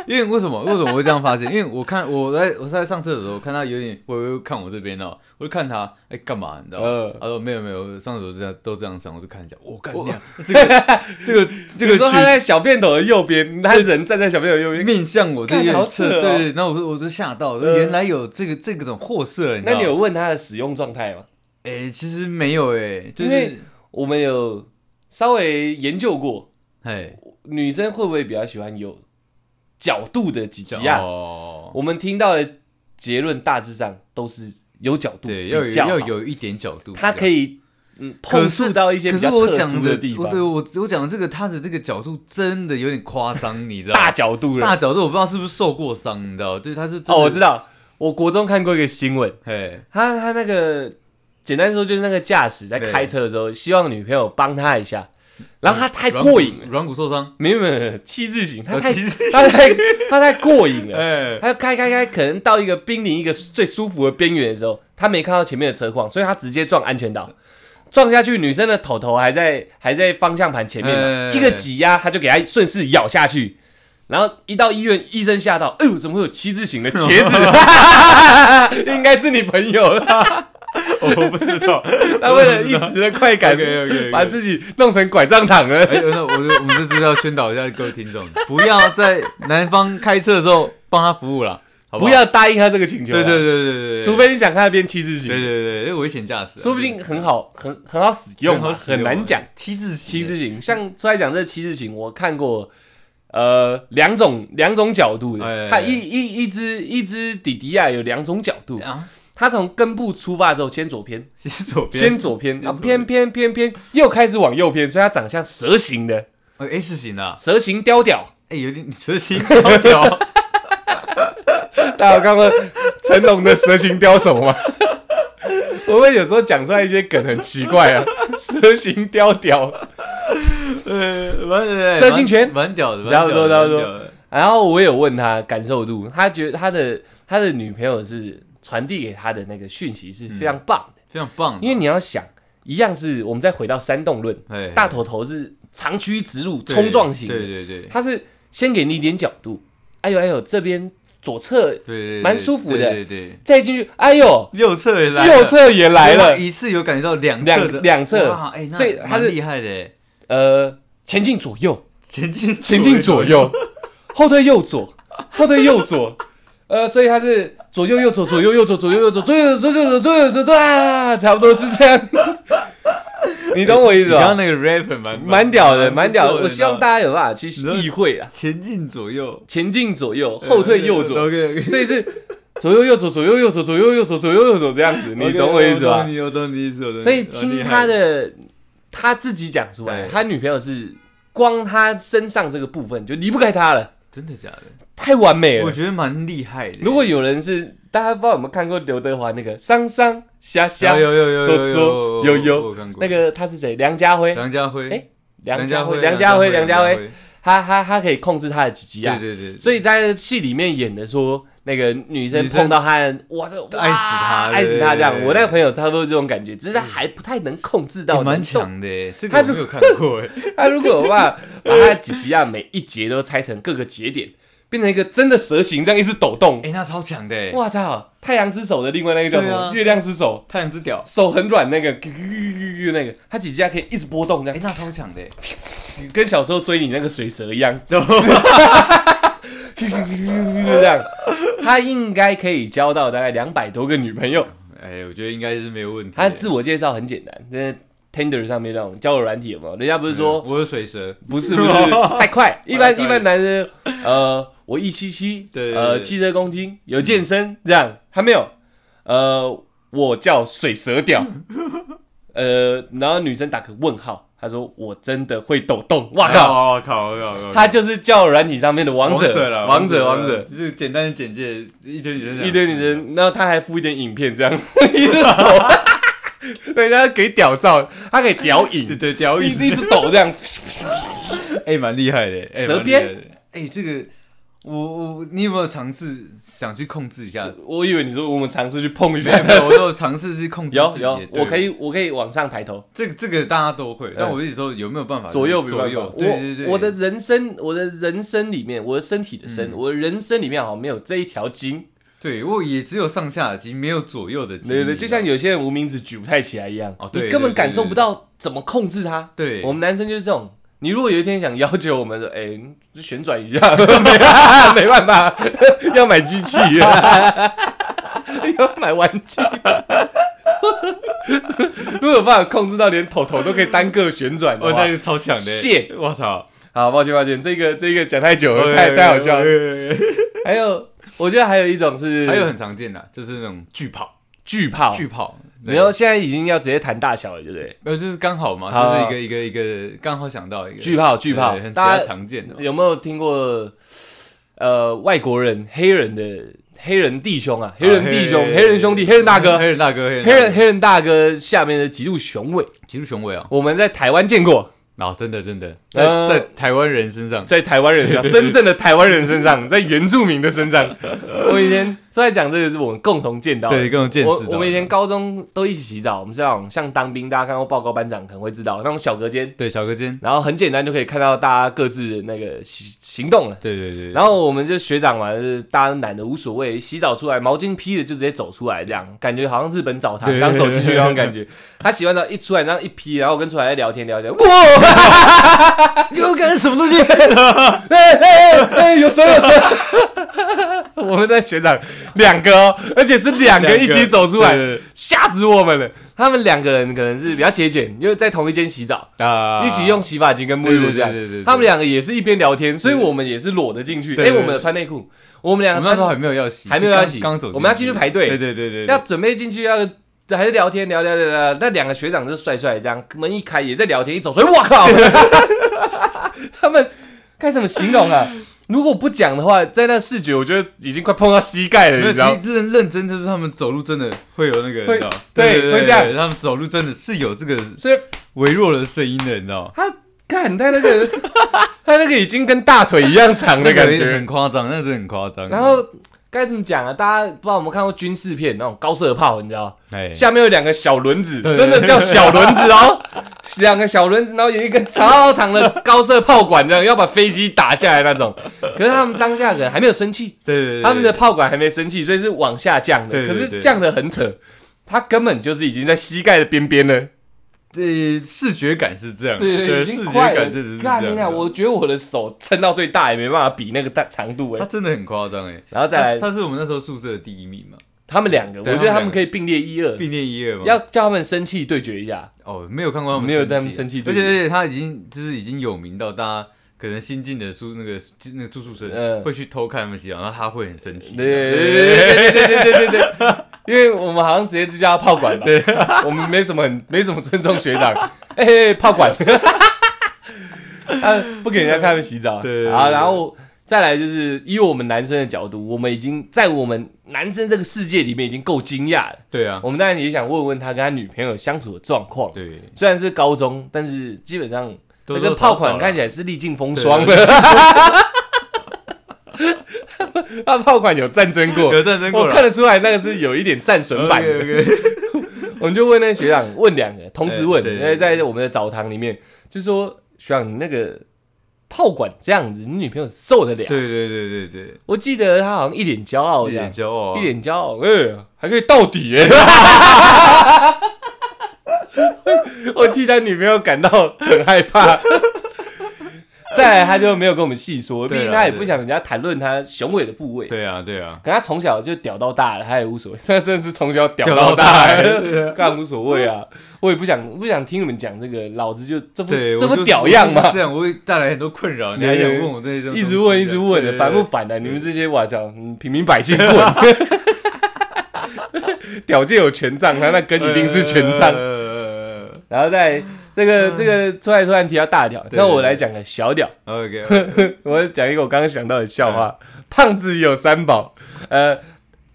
[SPEAKER 2] 因为为什么为什么会这样发现？因为我看我在我在上厕所的时候，看他有点微微看我这边哦，我就看他哎干嘛，你知道吗
[SPEAKER 1] 嗯？
[SPEAKER 2] 他说没有没有，上厕所这样都这样上，我就看一下，我干你娘这个这个这
[SPEAKER 1] 你
[SPEAKER 2] 个
[SPEAKER 1] 说
[SPEAKER 2] 群
[SPEAKER 1] 他在小便斗的右边，他人站在小便斗的 右边，
[SPEAKER 2] 面向我这
[SPEAKER 1] 干好
[SPEAKER 2] 边
[SPEAKER 1] 扯哦
[SPEAKER 2] 侧，对对，然后我就我就吓到，我说
[SPEAKER 1] 嗯
[SPEAKER 2] 原来有这个这个种货色，你知
[SPEAKER 1] 那
[SPEAKER 2] 道
[SPEAKER 1] 你
[SPEAKER 2] 吗
[SPEAKER 1] 有？问他的使用状态吗？
[SPEAKER 2] 哎，其实没有哎，就
[SPEAKER 1] 因为
[SPEAKER 2] 是
[SPEAKER 1] 我们有稍微研究过，
[SPEAKER 2] 哎，
[SPEAKER 1] 女生会不会比较喜欢有角度的几集啊？
[SPEAKER 2] 哦，
[SPEAKER 1] 我们听到的结论大致上都是有角度，
[SPEAKER 2] 对，要有
[SPEAKER 1] 比较好
[SPEAKER 2] 要，有一点角度，
[SPEAKER 1] 他可
[SPEAKER 2] 以。
[SPEAKER 1] 以嗯碰
[SPEAKER 2] 可是
[SPEAKER 1] 触到一些
[SPEAKER 2] 可
[SPEAKER 1] 比
[SPEAKER 2] 是
[SPEAKER 1] 较
[SPEAKER 2] 我
[SPEAKER 1] 特
[SPEAKER 2] 讲
[SPEAKER 1] 殊
[SPEAKER 2] 的
[SPEAKER 1] 地
[SPEAKER 2] 我对
[SPEAKER 1] 方，
[SPEAKER 2] 我我讲的这个他的这个角度真的有点夸张，你知道吗？
[SPEAKER 1] 大角度了。
[SPEAKER 2] 大角度我不知道是不是受过伤，你知道？就是他是真的
[SPEAKER 1] 哦，我知，道，我国中看过一个新闻，
[SPEAKER 2] 嘿，
[SPEAKER 1] 他他那个简单说就是那个驾驶在
[SPEAKER 2] 对
[SPEAKER 1] 开车的时候，希望女朋友帮他一下，然后他太过瘾了，
[SPEAKER 2] 软骨，软骨受伤，
[SPEAKER 1] 嗯没有没有没有气质型，他
[SPEAKER 2] 哦
[SPEAKER 1] 太
[SPEAKER 2] 气质
[SPEAKER 1] 他太他太过瘾了。
[SPEAKER 2] 哎，
[SPEAKER 1] 他开开开，可能到一个濒临一个最舒服的边缘的时候，他没看到前面的车况，所以他直接撞安全岛，撞下去，女生的头头还在还在方向盘前面嘛，
[SPEAKER 2] 哎
[SPEAKER 1] 一个挤压，他就给他顺势咬下去，然后一到医院，医生吓到，哎呦，怎么会有七字形的茄 子？应该是你朋友啦，
[SPEAKER 2] 我不知道。
[SPEAKER 1] 他为了一时的快 感，
[SPEAKER 2] OK，OK，OK
[SPEAKER 1] 把自己弄成拐杖糖了。
[SPEAKER 2] 哎，那我就我们这是要宣导一下各位听众，不要在男方开车的时候帮他服务了，好
[SPEAKER 1] 不
[SPEAKER 2] 好？
[SPEAKER 1] 要答应他这个请求啊，
[SPEAKER 2] 对对对对对对，
[SPEAKER 1] 除非你想看他变七字
[SPEAKER 2] 对
[SPEAKER 1] 形，
[SPEAKER 2] 对对，因为危险驾驶啊，
[SPEAKER 1] 说不定很好，很很好使用
[SPEAKER 2] 很好
[SPEAKER 1] 嘛，
[SPEAKER 2] 使用
[SPEAKER 1] 很
[SPEAKER 2] 啊
[SPEAKER 1] 难讲。
[SPEAKER 2] 七字形
[SPEAKER 1] 七字形，像出来讲这七字形，我看过，呃，两种两种角度
[SPEAKER 2] 哎哎
[SPEAKER 1] 的。
[SPEAKER 2] 哎
[SPEAKER 1] 它一一一只一只底迪亚有两种角度，
[SPEAKER 2] 啊，
[SPEAKER 1] 它从根部出发之后先左偏，
[SPEAKER 2] 先左边，
[SPEAKER 1] 先左偏，
[SPEAKER 2] 先
[SPEAKER 1] 啊
[SPEAKER 2] 左
[SPEAKER 1] 偏
[SPEAKER 2] 偏
[SPEAKER 1] 偏偏偏又开始往右偏，所以它长相蛇形的，
[SPEAKER 2] 哦 S 型啊，
[SPEAKER 1] 蛇形雕屌。
[SPEAKER 2] 哎，有点蛇形高 调，
[SPEAKER 1] 大家有看过成龙的蛇形雕手吗？ 我们有时候讲出来一些梗很奇怪啊，蛇形雕屌。
[SPEAKER 2] 呃，蛮哎
[SPEAKER 1] 蛇形拳
[SPEAKER 2] 蛮蛮屌的，蛮
[SPEAKER 1] 差不多
[SPEAKER 2] 屌
[SPEAKER 1] 差
[SPEAKER 2] 的
[SPEAKER 1] 不多
[SPEAKER 2] 蛮屌的
[SPEAKER 1] 然后我有问他感受度，他觉得他的他的女朋友是传递给他的那个讯息是非常棒的，
[SPEAKER 2] 非常棒的，
[SPEAKER 1] 因为你要想，一样是我们再回到山洞论，
[SPEAKER 2] 哎
[SPEAKER 1] 大头头是长驱直入、
[SPEAKER 2] 对
[SPEAKER 1] 冲撞型的，
[SPEAKER 2] 对对对
[SPEAKER 1] 他是先给你一点角度，哎呦哎呦，这边左侧
[SPEAKER 2] 对对，
[SPEAKER 1] 蛮舒服的
[SPEAKER 2] 对对对，
[SPEAKER 1] 再进去，哎呦，
[SPEAKER 2] 右侧也来了，
[SPEAKER 1] 右侧也来
[SPEAKER 2] 哇
[SPEAKER 1] 了，
[SPEAKER 2] 一次有感觉到两侧
[SPEAKER 1] 两
[SPEAKER 2] 的
[SPEAKER 1] 两侧
[SPEAKER 2] 哇，哎，那
[SPEAKER 1] 所以他
[SPEAKER 2] 蛮
[SPEAKER 1] 是
[SPEAKER 2] 厉害的，
[SPEAKER 1] 呃，前进左右，
[SPEAKER 2] 前进
[SPEAKER 1] 前进左右， 后退右左，后退右左，呃，所以它是左右右左左右右左左右右左左右左左左左右左左啊，差不多是这样。 你懂我意
[SPEAKER 2] 你
[SPEAKER 1] 思
[SPEAKER 2] 刚刚
[SPEAKER 1] 吧？
[SPEAKER 2] 那个 rapper 蛮
[SPEAKER 1] 蛮屌的，蛮屌的。我希望
[SPEAKER 2] 家
[SPEAKER 1] 大家有办法去意会啊，
[SPEAKER 2] 前进左右，
[SPEAKER 1] 前进左右，后退右左，
[SPEAKER 2] ，OK，
[SPEAKER 1] 所以是左右右左左右右左左右右左左右右左这样子，你懂我意思吧？
[SPEAKER 2] 你我懂你意思，我懂你
[SPEAKER 1] 所以听他，的他自己讲出来，
[SPEAKER 2] 对
[SPEAKER 1] 他女朋友是光他身上这个部分就离不开他了。
[SPEAKER 2] 真的假的？
[SPEAKER 1] 太完美
[SPEAKER 2] 我
[SPEAKER 1] 了。
[SPEAKER 2] 觉得蛮厉害的。
[SPEAKER 1] 如果有人是大家不知道有没有看过刘德华那个《桑桑虾虾
[SPEAKER 2] 有》，有有有
[SPEAKER 1] 左左有
[SPEAKER 2] 我
[SPEAKER 1] 有
[SPEAKER 2] 看过
[SPEAKER 1] 那个他是谁？梁家辉，
[SPEAKER 2] 梁家辉，
[SPEAKER 1] 哎梁家辉，梁家辉，梁家辉，，他他他可以控制他的几级
[SPEAKER 2] 对
[SPEAKER 1] 啊。
[SPEAKER 2] 对对，
[SPEAKER 1] 所以在戏里面演的说，那个女生
[SPEAKER 2] 女生
[SPEAKER 1] 碰到他的，哇，这哇
[SPEAKER 2] 爱死他了
[SPEAKER 1] 爱死他这样
[SPEAKER 2] 对。对对嗯
[SPEAKER 1] 我那个朋友差不多这种感觉，只是他还不太能控制到
[SPEAKER 2] 也蛮
[SPEAKER 1] 能动。
[SPEAKER 2] 强的耶，这个
[SPEAKER 1] 他
[SPEAKER 2] 我
[SPEAKER 1] 如
[SPEAKER 2] 没有看过哎。
[SPEAKER 1] 他如果有办法把他的几级啊每一节都拆成各个节点，变成一个真的蛇形这样一直抖动，
[SPEAKER 2] 哎，那超强的耶，
[SPEAKER 1] 哇操！太阳之手的另外那个叫什
[SPEAKER 2] 对
[SPEAKER 1] 么？
[SPEAKER 2] 啊
[SPEAKER 1] 月亮之手。
[SPEAKER 2] 太阳之屌，
[SPEAKER 1] 手很软那个，咕咕咕咕咕那个，它几下可以一直波动，这
[SPEAKER 2] 哎，
[SPEAKER 1] 样
[SPEAKER 2] 那超强的耶，
[SPEAKER 1] 跟小时候追你那个水蛇一样，咕咕咕咕咕这样。他应该可以交到大概两百多个女朋友。
[SPEAKER 2] 哎，我觉得应该是没有问题耶。
[SPEAKER 1] 他自我介绍很简单，那 Tinder 上面那种交友软体有没有？人家不是说
[SPEAKER 2] 我有水蛇，
[SPEAKER 1] 不是不是 太快，一般
[SPEAKER 2] 太快
[SPEAKER 1] 一般男生呃我一七七，
[SPEAKER 2] 对对
[SPEAKER 1] 呃
[SPEAKER 2] 对
[SPEAKER 1] 七十公斤，有健身这样，他没有，呃我叫水蛇屌， 呃然后女生打个问号，她说我真的会抖动，哇靠，
[SPEAKER 2] 靠，我靠，我靠，我靠
[SPEAKER 1] 他就是叫软体上面的哦王
[SPEAKER 2] 王者
[SPEAKER 1] 者，
[SPEAKER 2] 了，
[SPEAKER 1] 王者
[SPEAKER 2] 王
[SPEAKER 1] 王者，
[SPEAKER 2] 这个简单的简介，一堆女生，
[SPEAKER 1] 一堆女，生，然后他还附一点影片这样， 一直抖，人家给屌照，他给屌
[SPEAKER 2] 对
[SPEAKER 1] 影，
[SPEAKER 2] 对，屌
[SPEAKER 1] 一
[SPEAKER 2] 影，
[SPEAKER 1] 直一直抖这样，
[SPEAKER 2] 哎，蛮厉害的，哎
[SPEAKER 1] 蛇鞭，
[SPEAKER 2] 蛮厉害的哎，这个我我你有没有尝试想去控制一下？
[SPEAKER 1] 我以为你说我们尝试去碰一下
[SPEAKER 2] 没， 有没有，我都有尝试去控制
[SPEAKER 1] 有
[SPEAKER 2] 自己。
[SPEAKER 1] 有，
[SPEAKER 2] 对
[SPEAKER 1] 我可，以我可以往上抬头，
[SPEAKER 2] 这个这个大家都会，但我一直说有没有办法
[SPEAKER 1] 啊左右没办
[SPEAKER 2] 左
[SPEAKER 1] 法
[SPEAKER 2] 右
[SPEAKER 1] 我？
[SPEAKER 2] 对对对，
[SPEAKER 1] 我的人生我的人生里面，我的身体的身，我的人生里面好像没有这一条筋，
[SPEAKER 2] 对我也只有上下的肌，没有左右的啊肌。
[SPEAKER 1] 对对对，就像
[SPEAKER 2] 你
[SPEAKER 1] 有些人无名指举不太起来一样，
[SPEAKER 2] 哦对
[SPEAKER 1] 你根本
[SPEAKER 2] 对对
[SPEAKER 1] 感受
[SPEAKER 2] 对
[SPEAKER 1] 不到怎么控制它。
[SPEAKER 2] 对
[SPEAKER 1] 我们男生就是这种。你如果有一天想要求我们的，哎、就旋转一下， 没办法，要买机器， 要买玩具。如果有办法控制到连头头都可以单个旋转的
[SPEAKER 2] 哇，
[SPEAKER 1] 话
[SPEAKER 2] 那，个超强的，
[SPEAKER 1] shit
[SPEAKER 2] 我操，
[SPEAKER 1] 好，抱歉抱歉，这个这个讲太久了，太太好笑了。
[SPEAKER 2] 了。
[SPEAKER 1] 还有，我觉得还有一种是，
[SPEAKER 2] 还有很常见的，啊就是那种巨跑，
[SPEAKER 1] 巨炮，
[SPEAKER 2] 巨跑，对
[SPEAKER 1] 然后现在已经要直接谈大小了，对不对？
[SPEAKER 2] 没有，就是刚好嘛，
[SPEAKER 1] 好
[SPEAKER 2] 就是一个一个一个刚好想到一个
[SPEAKER 1] 巨炮巨炮
[SPEAKER 2] 对，很比
[SPEAKER 1] 大
[SPEAKER 2] 较
[SPEAKER 1] 家
[SPEAKER 2] 常见的嘛，
[SPEAKER 1] 有没有听过呃外国人黑人的黑人弟兄啊，黑人弟兄、黑人兄弟、黑人大哥、
[SPEAKER 2] 黑人大哥，黑
[SPEAKER 1] 黑
[SPEAKER 2] 人大
[SPEAKER 1] 人
[SPEAKER 2] 哥
[SPEAKER 1] 黑人大哥下面的极度雄伟，
[SPEAKER 2] 极度雄伟啊！
[SPEAKER 1] 我们在台湾见过，
[SPEAKER 2] 啊，真的真的，
[SPEAKER 1] 呃
[SPEAKER 2] 在在台湾人身上，
[SPEAKER 1] 在台湾人身上，
[SPEAKER 2] 对对对
[SPEAKER 1] 真正的台湾人身上，在原住民的身上，我以前虽然讲这个是我们共同见到的，
[SPEAKER 2] 对，更有见
[SPEAKER 1] 我
[SPEAKER 2] 识
[SPEAKER 1] 我
[SPEAKER 2] 到
[SPEAKER 1] 们以。前高中都一起洗澡，我们是那种像当兵，大家看过报告班长可能会知道那种小隔间，
[SPEAKER 2] 对，小哥间，
[SPEAKER 1] 然后很简单就可以看到大家各自的那个行行动了。
[SPEAKER 2] 对对对，
[SPEAKER 1] 然后我们就学长嘛，就是大家懒得无所谓，洗澡出来毛巾披了就直接走出来，这样感觉好像日本澡堂
[SPEAKER 2] 对
[SPEAKER 1] 刚走进去那种感觉。他洗完澡一出来，然后一披，然后我跟出来在聊天聊天，哇，
[SPEAKER 2] 又干什么东西？
[SPEAKER 1] 哎哎哎哎，有蛇有蛇！我们的学长两个哦，而且是两个一起走出来，
[SPEAKER 2] 对对
[SPEAKER 1] 吓死我们了。他们两个人可能是比较节俭，因为在同一间洗澡，
[SPEAKER 2] 对啊，
[SPEAKER 1] 一起用洗发精跟沐浴露这样
[SPEAKER 2] 对对对对对。对
[SPEAKER 1] 他们两个也是一边聊天，所以我们也是裸的进去。
[SPEAKER 2] 对对
[SPEAKER 1] 哎，
[SPEAKER 2] 对
[SPEAKER 1] 我们有穿内裤，我们两
[SPEAKER 2] 我
[SPEAKER 1] 个
[SPEAKER 2] 们
[SPEAKER 1] 穿
[SPEAKER 2] 那时候还没有要洗，
[SPEAKER 1] 还没有要
[SPEAKER 2] 刚
[SPEAKER 1] 洗
[SPEAKER 2] 刚走，
[SPEAKER 1] 我们要进去排队
[SPEAKER 2] 对对对对，对
[SPEAKER 1] 要准备进去要。还是聊天聊聊聊聊，那两个学长就帅帅这样，门一开也在聊天，一走出来，我 靠！他们该怎么形容啊？如果不讲的话，在那视觉，我觉得已经快碰到膝盖了，
[SPEAKER 2] 没
[SPEAKER 1] 你
[SPEAKER 2] 有，
[SPEAKER 1] 知道吗？
[SPEAKER 2] 其实认认真就是他们走路真的会有那个，
[SPEAKER 1] 会
[SPEAKER 2] 你知道
[SPEAKER 1] 对
[SPEAKER 2] 对
[SPEAKER 1] 会这样
[SPEAKER 2] 对他们走路真的是有这个
[SPEAKER 1] 所以
[SPEAKER 2] 微弱的声音的，你知道吗？
[SPEAKER 1] 他看他那个，他那个已经跟大腿一样长的感
[SPEAKER 2] 那个
[SPEAKER 1] 觉
[SPEAKER 2] 很。夸张，那个真的很夸张。
[SPEAKER 1] 然后该怎么讲啊？大家不知道有没有看过军事片那种高射炮，你知道吗？
[SPEAKER 2] 哎，
[SPEAKER 1] 下面有两个小轮子，
[SPEAKER 2] 对
[SPEAKER 1] 真的叫小轮子哦， 两个小轮子，然后有一根超长的高射炮管，这样要把飞机打下来那种。可是他们当下可能还没有生气，
[SPEAKER 2] 对对对，对
[SPEAKER 1] 他们的炮管还没生气，所以是往下降的。
[SPEAKER 2] 对对对
[SPEAKER 1] 可是降的很扯，他根本就是已经在膝盖的边边了。
[SPEAKER 2] 这视觉感是这样，
[SPEAKER 1] 已经
[SPEAKER 2] 视觉
[SPEAKER 1] 快了
[SPEAKER 2] 感真的是。这
[SPEAKER 1] 干你
[SPEAKER 2] 样
[SPEAKER 1] 娘！。我觉得我的手撑到最大也没办法比那个大长度哎、
[SPEAKER 2] 他真的很夸张哎，
[SPEAKER 1] 然后再来，
[SPEAKER 2] 他他是我们那时候宿舍的第一名嘛，
[SPEAKER 1] 他们两个，
[SPEAKER 2] 对
[SPEAKER 1] 我觉得
[SPEAKER 2] 他
[SPEAKER 1] 他
[SPEAKER 2] 们两个
[SPEAKER 1] 们可以并列一二，
[SPEAKER 2] 并列一二嘛。
[SPEAKER 1] 要叫他们生气对决一下。
[SPEAKER 2] 哦，没有看过他们
[SPEAKER 1] 没有
[SPEAKER 2] 生气啊
[SPEAKER 1] 他们生气
[SPEAKER 2] 而
[SPEAKER 1] 对
[SPEAKER 2] 且而且他已经就是已经有名到大家可能新进的宿那个那个住宿
[SPEAKER 1] 嗯
[SPEAKER 2] 生会去偷看他们洗澡，然后他会很生气。
[SPEAKER 1] 对对对对对对对对对对， 因为我们好像直接就叫他炮管吧，我们没什么很 没什么尊重学长，哎、炮管， 他不给人家看他们洗澡，
[SPEAKER 2] 对对对
[SPEAKER 1] 好，
[SPEAKER 2] 对
[SPEAKER 1] 然后再来就是以我们男生的角度，我们已经在我们男生这个世界里面已经够惊讶了，
[SPEAKER 2] 对啊，
[SPEAKER 1] 我们当然也想问问他跟他女朋友相处的状况，
[SPEAKER 2] 对，
[SPEAKER 1] 虽然是高中，但是基本上
[SPEAKER 2] 多
[SPEAKER 1] 那
[SPEAKER 2] 多
[SPEAKER 1] 个炮
[SPEAKER 2] 少少
[SPEAKER 1] 管
[SPEAKER 2] 啦
[SPEAKER 1] 看起来是历尽风
[SPEAKER 2] 对
[SPEAKER 1] 霜的。 他炮管有战争过，
[SPEAKER 2] 有战争过
[SPEAKER 1] 我
[SPEAKER 2] 了，
[SPEAKER 1] 看得出来那个是有一点战损版的。
[SPEAKER 2] OK，OK
[SPEAKER 1] 我们就问那个学长，问两个，同时问，
[SPEAKER 2] 哎对
[SPEAKER 1] 因
[SPEAKER 2] 对
[SPEAKER 1] 为在我们的澡堂里面，就说学长，你那个炮管这样子，你女朋友受得了？
[SPEAKER 2] 对对对对
[SPEAKER 1] 我记得他好像一脸骄傲
[SPEAKER 2] 对，一
[SPEAKER 1] 哦这样
[SPEAKER 2] 脸，骄傲啊，
[SPEAKER 1] 一脸骄傲，哎、还可以到底 哎、我替他女朋友感到很害怕。再来，他就没有跟我们细说，毕
[SPEAKER 2] 对啊
[SPEAKER 1] 竟他也不想人家谈论他雄伟的部位。
[SPEAKER 2] 对啊对啊，
[SPEAKER 1] 可他从小就屌到大了，他也无所谓。他真的是从小屌
[SPEAKER 2] 屌
[SPEAKER 1] 到
[SPEAKER 2] 到
[SPEAKER 1] 大
[SPEAKER 2] 大
[SPEAKER 1] 欸，干无所谓啊。我也不想不想听你们讲这个，老子就这副
[SPEAKER 2] 对，
[SPEAKER 1] 这
[SPEAKER 2] 我
[SPEAKER 1] 副
[SPEAKER 2] 就
[SPEAKER 1] 屌
[SPEAKER 2] 说
[SPEAKER 1] 样嘛
[SPEAKER 2] 是，这样我会带来很多困扰，你还
[SPEAKER 1] 对
[SPEAKER 2] 想
[SPEAKER 1] 对
[SPEAKER 2] 问我这些东西
[SPEAKER 1] 一
[SPEAKER 2] 啊？
[SPEAKER 1] 直问一直问的，烦不烦啊的？你们这些我操，嗯平民百姓棍， 屌界有权杖，他那根一定是权
[SPEAKER 2] 呃
[SPEAKER 1] 杖。
[SPEAKER 2] 杖。
[SPEAKER 1] 然后再这个这个突然突然提到大屌，
[SPEAKER 2] 嗯对
[SPEAKER 1] 那
[SPEAKER 2] 对
[SPEAKER 1] 我
[SPEAKER 2] 对
[SPEAKER 1] 来讲个小屌。
[SPEAKER 2] OK，
[SPEAKER 1] 我讲一个我刚刚想到的
[SPEAKER 2] 嗯
[SPEAKER 1] 笑话：胖子有三宝，呃，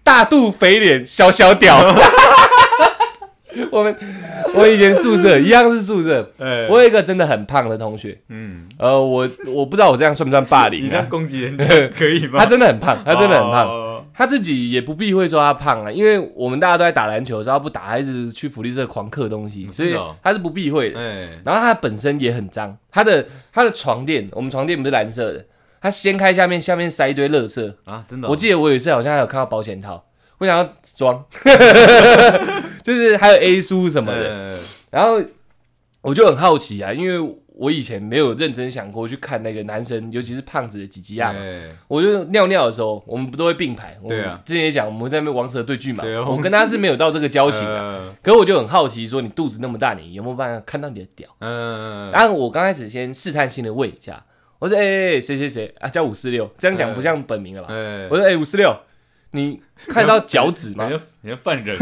[SPEAKER 1] 大肚肥脸，小小屌。 我们我以前宿舍一样是宿舍，
[SPEAKER 2] 哎
[SPEAKER 1] 我有一个真的很胖的同学，
[SPEAKER 2] 嗯，
[SPEAKER 1] 呃，我我不知道我这样算不算霸
[SPEAKER 2] 你
[SPEAKER 1] 凌
[SPEAKER 2] 这样
[SPEAKER 1] 啊？
[SPEAKER 2] 攻击人家可以吗？
[SPEAKER 1] 他真的很胖，他真的很胖，
[SPEAKER 2] 哦
[SPEAKER 1] 他自己也不避讳说他胖啊，因为我们大家都在打篮球，然后不打，他一直去福利社狂嗑东西，所
[SPEAKER 2] 真
[SPEAKER 1] 以
[SPEAKER 2] 的哦
[SPEAKER 1] 他是不避讳的。
[SPEAKER 2] 哎，
[SPEAKER 1] 然后他本身也很脏，他的他的床垫，我们床垫不是蓝色的，他掀开下面，下面塞一堆垃圾，
[SPEAKER 2] 啊，真的哦，
[SPEAKER 1] 我记得我有一次好像还有看到保险套，我想要 装，就是还有 A 书什么的，
[SPEAKER 2] 哎
[SPEAKER 1] 然后我就很好奇啊，因为我以前没有认真想过去看那个男生，尤其是胖子的几级啊嘛。
[SPEAKER 2] 哎
[SPEAKER 1] 我就尿尿的时候，我们不都会并排？我们
[SPEAKER 2] 对啊
[SPEAKER 1] 之前也讲我们在那边王蛇对句嘛。
[SPEAKER 2] 对啊
[SPEAKER 1] 我跟他是没有到这个交情的，
[SPEAKER 2] 呃
[SPEAKER 1] 可我就很好奇，说你肚子那么大，你有没有办法看到你的屌？
[SPEAKER 2] 어,嗯，
[SPEAKER 1] 然后我刚开始先试探性的问一下，我说：“哎、欸欸谁谁谁啊，叫五四
[SPEAKER 2] 呃
[SPEAKER 1] 六，这样讲不像本名了吧？”
[SPEAKER 2] 哎，
[SPEAKER 1] 我说：“哎、五四六，你看到脚趾吗
[SPEAKER 2] 你要你要犯人，？”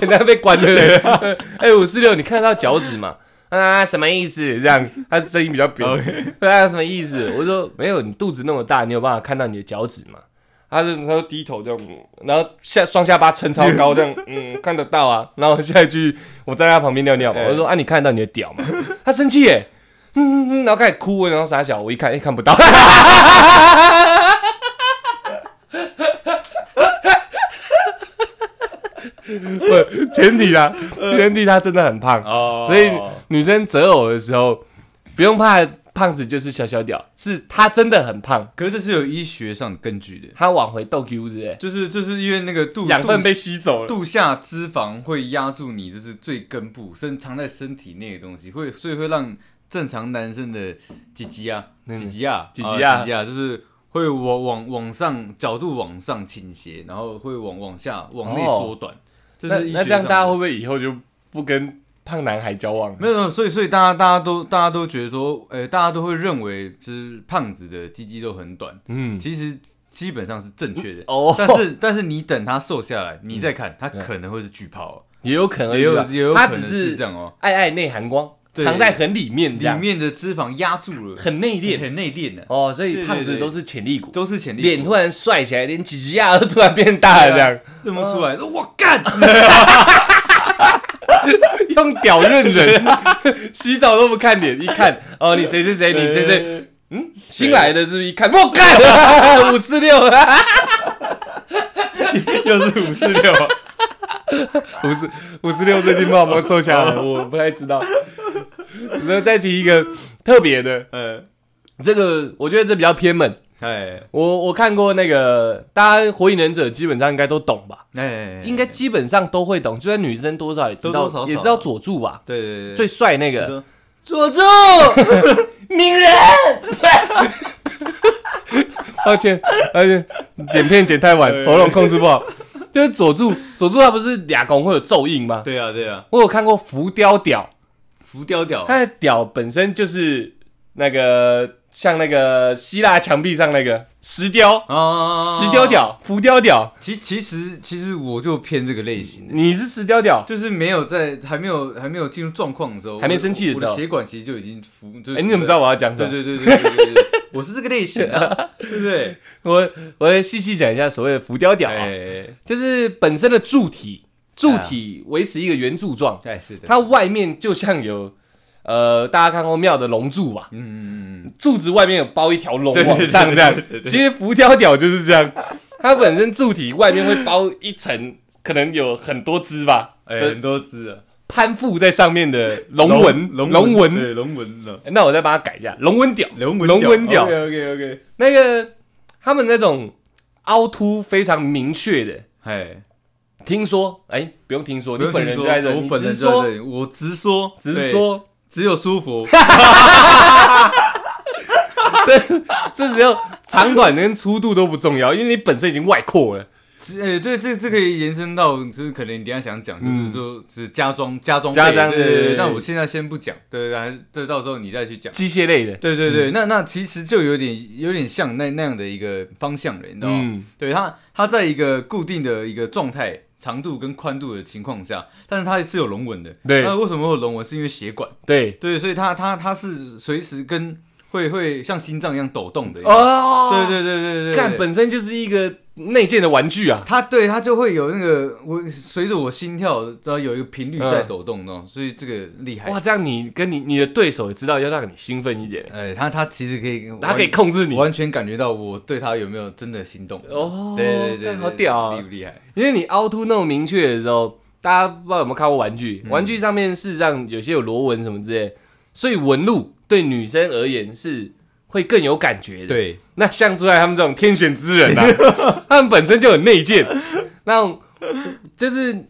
[SPEAKER 1] 人家被关了嘞。 哎，五四六，你看到脚趾吗？啊，什么意思？这样，他声音比较扁。
[SPEAKER 2] OK
[SPEAKER 1] 对啊，什么意思？我说没有，你肚子那么大，你有办法看到你的脚趾吗？他就他就低头这样，嗯然后下双下巴撑超高，这样，嗯，看得到啊。然后下一句，我站在他旁边尿尿嘛，
[SPEAKER 2] 哎
[SPEAKER 1] 我就说啊，你看得到你的屌吗？他生气耶，嗯嗯嗯，然后开始哭，然后傻小，我一看，哎、看不到。 不，前提啦，前提他真的很胖，
[SPEAKER 2] 哦，
[SPEAKER 1] 所以
[SPEAKER 2] 어.
[SPEAKER 1] 女生择偶的时候，不用怕胖子就是小小屌，是他真的很胖，
[SPEAKER 2] 可是这是有医学上的根据的，
[SPEAKER 1] 他往回斗 Q 是不是？
[SPEAKER 2] 就是就是因为那个肚
[SPEAKER 1] 养分
[SPEAKER 2] 肚
[SPEAKER 1] 被吸走了。
[SPEAKER 2] 肚下脂肪会压住你，就是最根部深藏在身体内的东西，会所以会让正常男生的鸡鸡啊、
[SPEAKER 1] 嗯
[SPEAKER 2] 鸡鸡啊、
[SPEAKER 1] 鸡鸡啊
[SPEAKER 2] 鸡鸡啊，就是会往往往上角度往上倾斜，然后会往往下往内缩短。这
[SPEAKER 1] 哦那
[SPEAKER 2] 是医学
[SPEAKER 1] 那这样
[SPEAKER 2] 上的
[SPEAKER 1] 大家会不会以后就不跟胖男孩交往了？
[SPEAKER 2] 没有没有，所以所以大家大家都大家都觉得说，呃，大家都会认为就是胖子的鸡鸡都很短，
[SPEAKER 1] 嗯，
[SPEAKER 2] 其实基本上是正确的。
[SPEAKER 1] 哦，嗯
[SPEAKER 2] 但是但是你等他瘦下来，你再看，他可能会是巨炮哦，
[SPEAKER 1] 也有可能
[SPEAKER 2] 也有
[SPEAKER 1] 是吧
[SPEAKER 2] 也有
[SPEAKER 1] 啊他
[SPEAKER 2] 可能
[SPEAKER 1] 只
[SPEAKER 2] 是这
[SPEAKER 1] 是
[SPEAKER 2] 样哦，
[SPEAKER 1] 爱爱内含光，
[SPEAKER 2] 对
[SPEAKER 1] 藏在很里面这
[SPEAKER 2] 里
[SPEAKER 1] 样，
[SPEAKER 2] 面的脂肪压住了，
[SPEAKER 1] 很内敛
[SPEAKER 2] 很内敛的，
[SPEAKER 1] 哦，所
[SPEAKER 2] 对
[SPEAKER 1] 以
[SPEAKER 2] 对
[SPEAKER 1] 胖子
[SPEAKER 2] 对
[SPEAKER 1] 都是潜力股，
[SPEAKER 2] 都是潜力股。
[SPEAKER 1] 脸突然帅起来，连几几亚都突然变大了这样，
[SPEAKER 2] 认不出来，
[SPEAKER 1] 哦
[SPEAKER 2] 我干，
[SPEAKER 1] 哎用屌认人， 洗澡都不看脸，一看哦，你谁谁谁，你谁谁。
[SPEAKER 2] 谁？
[SPEAKER 1] 嗯新来的是不是一看，我 干五四六，
[SPEAKER 2] 呃 又是五四六，
[SPEAKER 1] 五四五四六最近不知道有没有瘦下来，我不太知道。那再提一个特别的，
[SPEAKER 2] 呃，
[SPEAKER 1] 这个我觉得这比较偏门。
[SPEAKER 2] 哎
[SPEAKER 1] 我我看过那个，大家火影忍者基本上应该都懂吧？
[SPEAKER 2] 哎，
[SPEAKER 1] 应该基本上都会懂，就算女生多少也知道，
[SPEAKER 2] 多多少少
[SPEAKER 1] 也知道佐助吧，
[SPEAKER 2] 对对对，
[SPEAKER 1] 最帅那个
[SPEAKER 2] 对
[SPEAKER 1] 佐 助，鸣 人。抱歉，而且剪片剪太晚，喉咙控制不好。就是佐助，佐助他不是俩拱会有咒印吗？
[SPEAKER 2] 对啊对啊，
[SPEAKER 1] 我有看过浮雕屌，
[SPEAKER 2] 浮雕屌，
[SPEAKER 1] 他的屌本身就是那个像那个希腊墙壁上那个石雕，
[SPEAKER 2] 啊，
[SPEAKER 1] 石雕。屌，浮雕屌。
[SPEAKER 2] 其其实其实我就偏这个类型的，
[SPEAKER 1] 你是石雕屌？
[SPEAKER 2] 就是没有在还没有还没有进入状况的时候，
[SPEAKER 1] 还没生气的
[SPEAKER 2] 我
[SPEAKER 1] 时候
[SPEAKER 2] 我血管其实就已经浮。哎、
[SPEAKER 1] 哎、你怎么知道？我要讲什
[SPEAKER 2] 对
[SPEAKER 1] 么？
[SPEAKER 2] 对对对对对对，对我是这个类型 啊，对不对？
[SPEAKER 1] 我我来细细讲一下所谓的浮雕屌啊、
[SPEAKER 2] 哎
[SPEAKER 1] 就是本身的柱体，柱体维持一个圆柱状，
[SPEAKER 2] 哎是的，
[SPEAKER 1] 它外面就像有呃，大家看过庙的龙柱吧？
[SPEAKER 2] 嗯嗯嗯
[SPEAKER 1] 柱子外面有包一条龙
[SPEAKER 2] 对对
[SPEAKER 1] 往上
[SPEAKER 2] 对
[SPEAKER 1] 这样
[SPEAKER 2] 对对。对
[SPEAKER 1] 其实浮雕屌就是这样，它本身柱体外面会包一层，可能有很多只吧，
[SPEAKER 2] 哎、
[SPEAKER 1] 对
[SPEAKER 2] 很多只啊，
[SPEAKER 1] 攀附在上面的龙纹，
[SPEAKER 2] 龙
[SPEAKER 1] 龙纹。
[SPEAKER 2] 对龙纹了，
[SPEAKER 1] 那我再帮它改一下，龙纹屌，
[SPEAKER 2] 龙纹
[SPEAKER 1] 龙纹屌
[SPEAKER 2] OK OK OK，
[SPEAKER 1] 那个他们那种凹凸非常明确的。
[SPEAKER 2] 哎，
[SPEAKER 1] 听说，哎、不用听说，
[SPEAKER 2] 不
[SPEAKER 1] 你
[SPEAKER 2] 用
[SPEAKER 1] 本
[SPEAKER 2] 听
[SPEAKER 1] 人就
[SPEAKER 2] 说
[SPEAKER 1] 在这，
[SPEAKER 2] 我
[SPEAKER 1] 你
[SPEAKER 2] 本人
[SPEAKER 1] 直
[SPEAKER 2] 就在
[SPEAKER 1] 说
[SPEAKER 2] 这，里，我直说，
[SPEAKER 1] 直
[SPEAKER 2] 对，
[SPEAKER 1] 说，
[SPEAKER 2] 只有 舒服，
[SPEAKER 1] 这时候长短跟粗度都不重要，因为你本身已经外扩了。
[SPEAKER 2] 是呃，对，这这可以延伸到，就是可能你等一下想讲，就是说是家装家装
[SPEAKER 1] 家
[SPEAKER 2] 配
[SPEAKER 1] 嗯装
[SPEAKER 2] 对
[SPEAKER 1] 对对
[SPEAKER 2] 对
[SPEAKER 1] 对
[SPEAKER 2] 对。但我现在先不讲，对对，还是这到时候你再去讲。
[SPEAKER 1] 机械类的，
[SPEAKER 2] 对对对，那那其实就有点有点像那那样的一个方向了，你知道吗？
[SPEAKER 1] 嗯
[SPEAKER 2] 对它它在一个固定的一个状态、长度跟宽度的情况下，但是它是有龙纹的。
[SPEAKER 1] 对
[SPEAKER 2] 那为什么会有龙纹？是因为血管。
[SPEAKER 1] 对，
[SPEAKER 2] 对，所以它它它是随时跟会会像心脏一样抖动的。
[SPEAKER 1] 哦，
[SPEAKER 2] 对对对对对对，
[SPEAKER 1] 干本身就是一个内建的玩具啊，
[SPEAKER 2] 它对它就会有那个我随着我心跳，知道有一个频率在抖动，那种、所以这个厉害。
[SPEAKER 1] 嗯哇，这样你跟你你的对手也知道要让你兴奋一点，
[SPEAKER 2] 哎，它它其实可以，
[SPEAKER 1] 他可以控制你，
[SPEAKER 2] 完全感觉到我对它有没有真的心动。
[SPEAKER 1] 哦
[SPEAKER 2] 对对对对，
[SPEAKER 1] 干好屌啊
[SPEAKER 2] 厉不厉害？
[SPEAKER 1] 因为你凹凸那么明确的时候，大家不知道有没有看过玩
[SPEAKER 2] 嗯
[SPEAKER 1] 具，玩具上面事实上有些有螺纹什么之类的，所以纹路对女生而言是会更有感觉的。
[SPEAKER 2] 对，
[SPEAKER 1] 那像出来他们这种天选之人 啊，他们本身就有内建，那种就是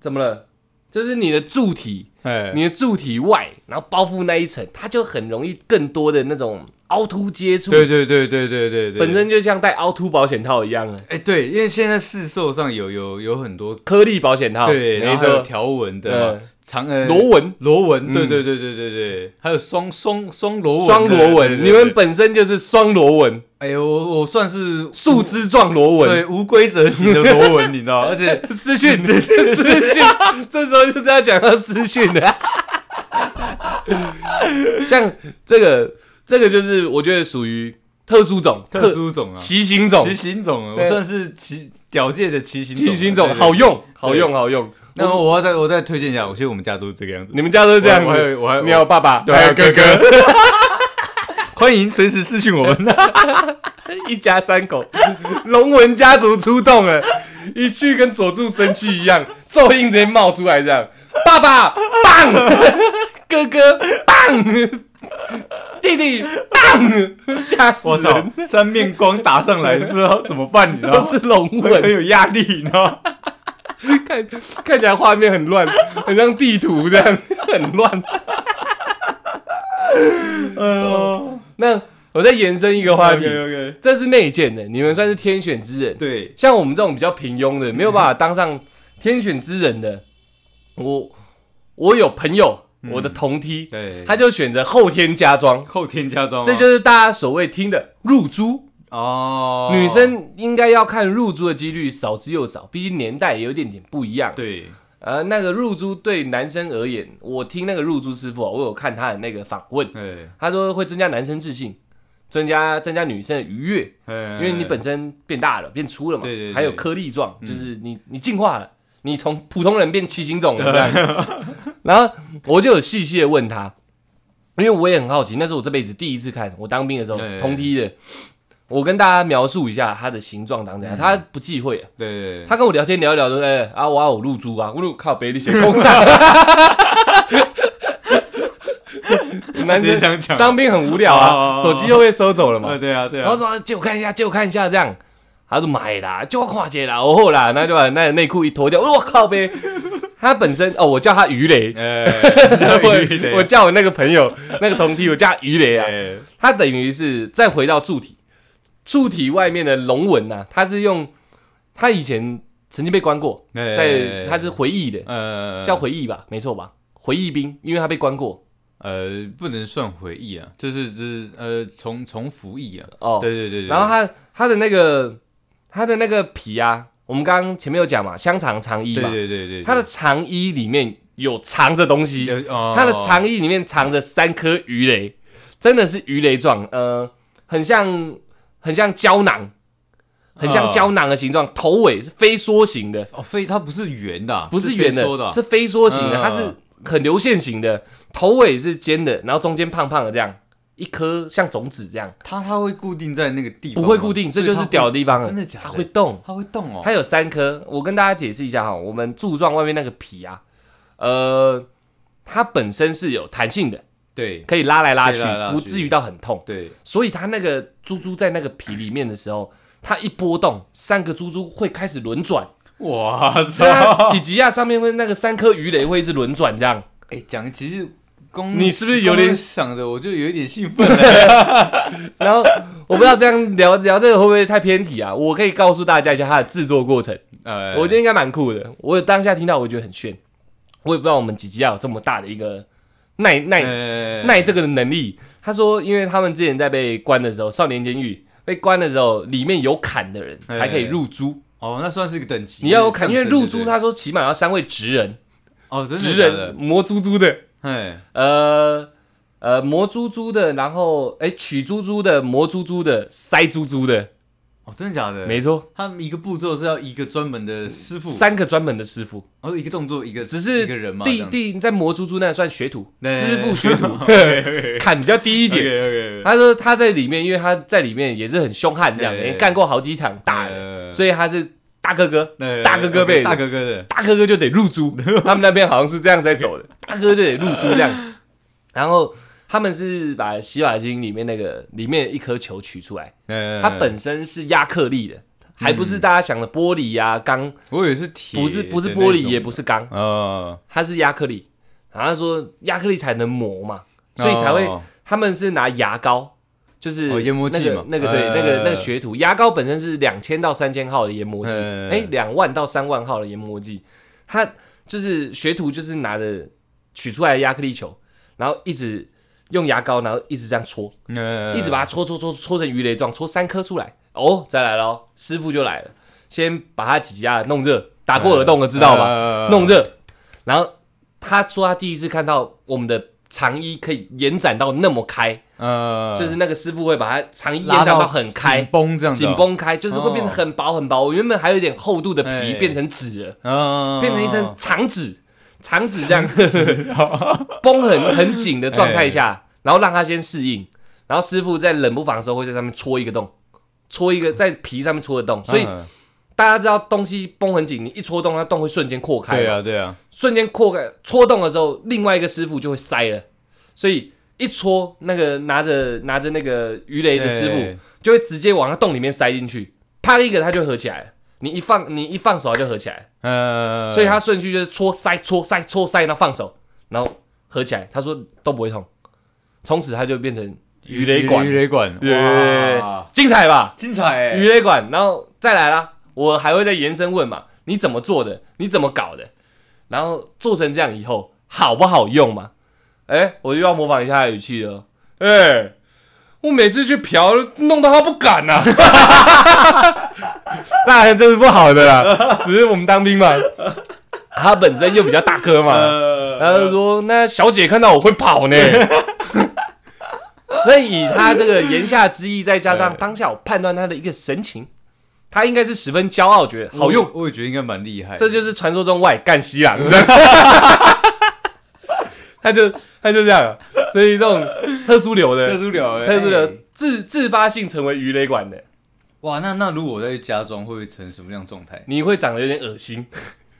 [SPEAKER 1] 怎么了？就是你的柱体，
[SPEAKER 2] 哎，
[SPEAKER 1] 你的柱体外，然后包覆那一层，它就很容易更多的那种凹凸接触，
[SPEAKER 2] 对对对对对对对，
[SPEAKER 1] 本身就像戴凹凸保险套一样啊，
[SPEAKER 2] 哎对，因为现在市售上有有有很多
[SPEAKER 1] 颗粒保险套，
[SPEAKER 2] 对，然
[SPEAKER 1] 啊没
[SPEAKER 2] 后还有
[SPEAKER 1] 错，
[SPEAKER 2] 条纹的嘛
[SPEAKER 1] 嗯
[SPEAKER 2] 长呃
[SPEAKER 1] 螺纹。
[SPEAKER 2] 螺纹，对
[SPEAKER 1] 嗯
[SPEAKER 2] 对对对对对，还有双双双螺纹的，
[SPEAKER 1] 双螺
[SPEAKER 2] 对
[SPEAKER 1] 纹，
[SPEAKER 2] 对
[SPEAKER 1] 你
[SPEAKER 2] 对
[SPEAKER 1] 们本身就是双螺纹，
[SPEAKER 2] 哎呦，我我算是
[SPEAKER 1] 树枝状螺纹。
[SPEAKER 2] 对无规则型的螺纹，你知道，而且
[SPEAKER 1] 私讯， 私讯，这时候就是要讲到私讯的。像这个，这个就是我觉得属于特殊种、
[SPEAKER 2] 特殊种啊，
[SPEAKER 1] 奇形种
[SPEAKER 2] 奇、形种啊，
[SPEAKER 1] 对
[SPEAKER 2] 我算是奇屌界的奇形啊
[SPEAKER 1] 奇形
[SPEAKER 2] 对
[SPEAKER 1] 种，
[SPEAKER 2] 对
[SPEAKER 1] 好用，好用，好用。
[SPEAKER 2] 那么我要再我再推荐一下，我觉得我们家都是这个样子。
[SPEAKER 1] 你们家都是这样
[SPEAKER 2] 我还有我还
[SPEAKER 1] 子
[SPEAKER 2] 有，
[SPEAKER 1] 你还有爸爸，
[SPEAKER 2] 对
[SPEAKER 1] 还有哥
[SPEAKER 2] 还有
[SPEAKER 1] 哥，
[SPEAKER 2] 欢迎随时私讯 我们。
[SPEAKER 1] 一家三口， 龙文家族出动了，一去跟佐助生气一样，咒印直接冒出来，这样，爸爸棒， 哥哥棒，弟弟棒，吓死
[SPEAKER 2] 我操
[SPEAKER 1] 人！，
[SPEAKER 2] 三面光打上来，不知道怎么办，你知
[SPEAKER 1] 都
[SPEAKER 2] 道，
[SPEAKER 1] 是龙
[SPEAKER 2] 会很
[SPEAKER 1] 纹，
[SPEAKER 2] 有压力，你 知道。
[SPEAKER 1] 看看起来画面很乱，很像地图这样，很乱。哎
[SPEAKER 2] 嗯
[SPEAKER 1] 那我再延伸一个话
[SPEAKER 2] ，OK
[SPEAKER 1] 题，
[SPEAKER 2] OK，
[SPEAKER 1] 这是内建的，你们算是天选之人。
[SPEAKER 2] 对，
[SPEAKER 1] 像我们这种比较平庸的，没有办法当上天选之人的，我我有朋友，我的同梯，
[SPEAKER 2] 对，
[SPEAKER 1] 他就选择后天加装，
[SPEAKER 2] 后天加装吗，
[SPEAKER 1] 这就是大家所谓听的入珠。
[SPEAKER 2] 哦，
[SPEAKER 1] 女生应该要看入珠的几率少之又少，毕竟年代也有点点不一样。
[SPEAKER 2] 对，
[SPEAKER 1] 呃，那个入珠对男生而言，我听那个入珠师傅啊，我有看他的那个访问，
[SPEAKER 2] 哎
[SPEAKER 1] 他说会增加男生自信，增加增加女生的愉悦，
[SPEAKER 2] 哎，
[SPEAKER 1] 因为你本身变大了，变粗了嘛，
[SPEAKER 2] 对对对嗯
[SPEAKER 1] 还有颗粒状，就是你你进化了，你从普通人变七星种了这样。然后我就有细细的问他，因为我也很好奇，那是我这辈子第一次看，我当兵的时候
[SPEAKER 2] 对对对
[SPEAKER 1] 同梯的，我跟大家描述一下它的形状长怎样，他不忌讳啊，
[SPEAKER 2] 嗯对对，对
[SPEAKER 1] 他跟我聊天聊一聊说，哎、啊我要有露珠啊，我说靠北你写工厂， 男
[SPEAKER 2] 直接
[SPEAKER 1] 生
[SPEAKER 2] 这样讲，
[SPEAKER 1] 当兵很无聊
[SPEAKER 2] 哦哦
[SPEAKER 1] 啊，
[SPEAKER 2] 哦
[SPEAKER 1] 手机又被收走了嘛
[SPEAKER 2] 啊，。对啊对
[SPEAKER 1] 然后
[SPEAKER 2] 啊，
[SPEAKER 1] 说借 我看一下，借我看一下这样。他说买啦，就要跨界啦，哦吼啦，那就把那个内裤一脱掉，我靠呗。他本身哦，我叫他鱼 雷，
[SPEAKER 2] 哎，
[SPEAKER 1] 我我叫我那个朋友那个同梯，我叫他鱼雷啊。
[SPEAKER 2] 哎，
[SPEAKER 1] 他等于是再回到柱体，柱体外面的龙纹呐、啊，他是用他以前曾经被关过，
[SPEAKER 2] 哎
[SPEAKER 1] 在他是回忆的，
[SPEAKER 2] 呃
[SPEAKER 1] 叫回忆吧，没错吧？回忆兵，因为他被关过
[SPEAKER 2] 呃不能算回忆啊，就是就是呃重重服役啊，
[SPEAKER 1] 哦。
[SPEAKER 2] 对对对，对
[SPEAKER 1] 然后他他的那个他的那个皮啊，我们刚刚前面有讲嘛，香肠长衣
[SPEAKER 2] 对
[SPEAKER 1] 嘛，
[SPEAKER 2] 对对对，
[SPEAKER 1] 他的长衣里面有藏着东西，他
[SPEAKER 2] 他
[SPEAKER 1] 的长衣里面藏着三颗鱼雷，真的是鱼雷状，呃，很像很像胶囊，很像
[SPEAKER 2] 哦
[SPEAKER 1] 胶囊的形状，头尾是非缩型的，
[SPEAKER 2] 哦非它不是圆的啊，
[SPEAKER 1] 不是圆
[SPEAKER 2] 飞梭的
[SPEAKER 1] 的，
[SPEAKER 2] 啊，
[SPEAKER 1] 是非缩型的，
[SPEAKER 2] 嗯
[SPEAKER 1] 它是很流线型的，头尾是尖的，然后中间胖胖的这样，一颗像种子这样，
[SPEAKER 2] 它它会固定在那个地方
[SPEAKER 1] 不
[SPEAKER 2] 吗，
[SPEAKER 1] 会固定，这
[SPEAKER 2] 所以
[SPEAKER 1] 就是
[SPEAKER 2] 它会
[SPEAKER 1] 屌的地方了，
[SPEAKER 2] 真的假的
[SPEAKER 1] 它会动。
[SPEAKER 2] 它会动哦，
[SPEAKER 1] 它有三颗，我跟大家解释一下哈，我们柱状外面那个皮啊，呃，它本身是有弹性的，
[SPEAKER 2] 对
[SPEAKER 1] 可以拉来拉去，
[SPEAKER 2] 可以拉来拉去
[SPEAKER 1] 不至于到很痛。
[SPEAKER 2] 对
[SPEAKER 1] 所以它那个珠珠在那个皮里面的时 候，它一波动，三个珠珠会开始轮转，
[SPEAKER 2] 哇
[SPEAKER 1] 所以它
[SPEAKER 2] 操，
[SPEAKER 1] 几级啊上面会那个三颗鱼雷会一直轮转这样。
[SPEAKER 2] 哎讲其实。公
[SPEAKER 1] 你是不是有点
[SPEAKER 2] 公想着我就有一点兴奋了？
[SPEAKER 1] 然后我不知道这样聊聊这个会不会太偏题啊？我可以告诉大家一下它的制作过程。
[SPEAKER 2] 呃，
[SPEAKER 1] 我觉得应该蛮酷的。我当下听到，我觉得很炫。我也不知道我们几级要有这么大的一个耐耐
[SPEAKER 2] 呃
[SPEAKER 1] 耐这个的能力。他说，因为他们之前在被关的时候，少年监狱被关的时候，里面有砍的人
[SPEAKER 2] 哎
[SPEAKER 1] 才可以入猪。
[SPEAKER 2] 哦，那算是一个等级。
[SPEAKER 1] 你要有砍，因为
[SPEAKER 2] 上升
[SPEAKER 1] 入猪，他说起码要三位职人，
[SPEAKER 2] 对对对哦，
[SPEAKER 1] 职
[SPEAKER 2] 真的假的
[SPEAKER 1] 人磨猪猪的，
[SPEAKER 2] 哎，
[SPEAKER 1] 呃呃磨猪猪的，然后哎取猪猪的，磨猪猪的，塞猪猪的，
[SPEAKER 2] 哦，真的假的？
[SPEAKER 1] 没错，
[SPEAKER 2] 他们一个步骤是要一个专门的师傅，
[SPEAKER 1] 三个专门的师傅，
[SPEAKER 2] 然后一个动作一个
[SPEAKER 1] 只是
[SPEAKER 2] 一个人嘛，
[SPEAKER 1] 第第在魔猪猪那算学徒，
[SPEAKER 2] 对
[SPEAKER 1] 师傅学 徒砍比较低一
[SPEAKER 2] 一
[SPEAKER 1] 点。
[SPEAKER 2] 点，
[SPEAKER 1] 他说他在里面，因为他在里面也是很凶悍，这样
[SPEAKER 2] 对
[SPEAKER 1] 也干过好几场打的，
[SPEAKER 2] 的
[SPEAKER 1] 所以他是大哥哥，
[SPEAKER 2] 以
[SPEAKER 1] 大哥哥辈的
[SPEAKER 2] 大哥哥的，
[SPEAKER 1] 大哥哥就得入猪，他们那边好像是这样在走的，大哥哥就得入猪这样。然后他们是把洗发精里面那个里面一颗球取出来，
[SPEAKER 2] 呃
[SPEAKER 1] 它本身是亚克力的，还不是大家想的玻璃呀、钢，
[SPEAKER 2] 我以为是铁的那种，
[SPEAKER 1] 不是不是玻璃，也不是钢，
[SPEAKER 2] 哦，
[SPEAKER 1] 它是亚克力。然后他说亚克力才能磨嘛，所以才会、
[SPEAKER 2] 哦
[SPEAKER 1] 他们是拿牙膏，就是
[SPEAKER 2] 哦研磨剂
[SPEAKER 1] 那个
[SPEAKER 2] 嘛
[SPEAKER 1] 那个对、
[SPEAKER 2] 呃
[SPEAKER 1] 那个那个学徒，牙膏本身是两千到三千号的研磨剂，
[SPEAKER 2] 呃
[SPEAKER 1] 哎两万到三万号的研磨剂，他就是学徒就是拿着取出来的亚克力球，然后一直用牙膏，然后一直这样搓，
[SPEAKER 2] 呃
[SPEAKER 1] 一直把它搓搓搓搓成鱼雷状，搓三颗出来，哦再来喽，师傅就来了，先把它挤压弄热，打过
[SPEAKER 2] 呃
[SPEAKER 1] 耳洞的知道吧？
[SPEAKER 2] 吧
[SPEAKER 1] 弄热，呃然后他说他第一次看到我们的长衣可以延展到那么开。
[SPEAKER 2] 呃，
[SPEAKER 1] 就是那个师傅会把它长衣延
[SPEAKER 2] 拉
[SPEAKER 1] 展到很开
[SPEAKER 2] 紧，绷这样子哦，
[SPEAKER 1] 紧绷开，就是会变得
[SPEAKER 2] 哦
[SPEAKER 1] 很薄很薄。我原本还有一点厚度的皮
[SPEAKER 2] 哎
[SPEAKER 1] 变成纸了，
[SPEAKER 2] 哦，
[SPEAKER 1] 变成一张长纸，长纸这样子绷很很紧的状态下，然后让它先适应，然后师傅在冷不防的时候会在上面戳一个洞，戳一个在皮上面戳个洞，所以
[SPEAKER 2] 嗯
[SPEAKER 1] 大家知道东西绷很紧，你一戳洞，它洞会瞬间扩开嘛。
[SPEAKER 2] 对啊对啊，
[SPEAKER 1] 瞬间扩开戳动的时候，另外一个师傅就会塞了，所以一戳那个拿着拿着那个鱼雷的师
[SPEAKER 2] 对
[SPEAKER 1] 傅就会直接往那洞里面塞进去，啪一个它就合起来了。你一放你一放手它就合起来
[SPEAKER 2] 呃，
[SPEAKER 1] 了，所以它顺序就是戳塞戳塞戳塞，然后放手，然后合起来。他说都不会痛，从此它就变成鱼雷管
[SPEAKER 2] 鱼，雷管，
[SPEAKER 1] 对
[SPEAKER 2] 哇，
[SPEAKER 1] 精彩吧？
[SPEAKER 2] 精彩欸
[SPEAKER 1] 鱼雷管，然后再来啦，我还会再延伸问嘛，你怎么做的？你怎么搞的？然后做成这样以后好不好用嘛？哎，我又要模仿一下他的语气了。哎，我每次去嫖，弄到他不敢呐、啊。 当然这是不好的啦，只是我们当兵嘛，他本身又比较大哥嘛，
[SPEAKER 2] 呃，
[SPEAKER 1] 然后就说那小姐看到我会跑 呢。所以以他这个言下之意，再加上
[SPEAKER 2] 对
[SPEAKER 1] 当下我判断他的一个神情，他应该是十分骄傲，觉得好用。
[SPEAKER 2] 我，我也觉得应该蛮厉害的，
[SPEAKER 1] 这就是传说中外干西郎，
[SPEAKER 2] 嗯
[SPEAKER 1] 这样 他就他就这样了。啊所以这种特殊流
[SPEAKER 2] 特
[SPEAKER 1] 的，
[SPEAKER 2] 殊了欸，
[SPEAKER 1] 特殊
[SPEAKER 2] 了
[SPEAKER 1] 流。自自发性成为鱼雷管的，
[SPEAKER 2] 哇，那那如果我再去加装，会不会成什么样的状态
[SPEAKER 1] 你会长得有点恶心。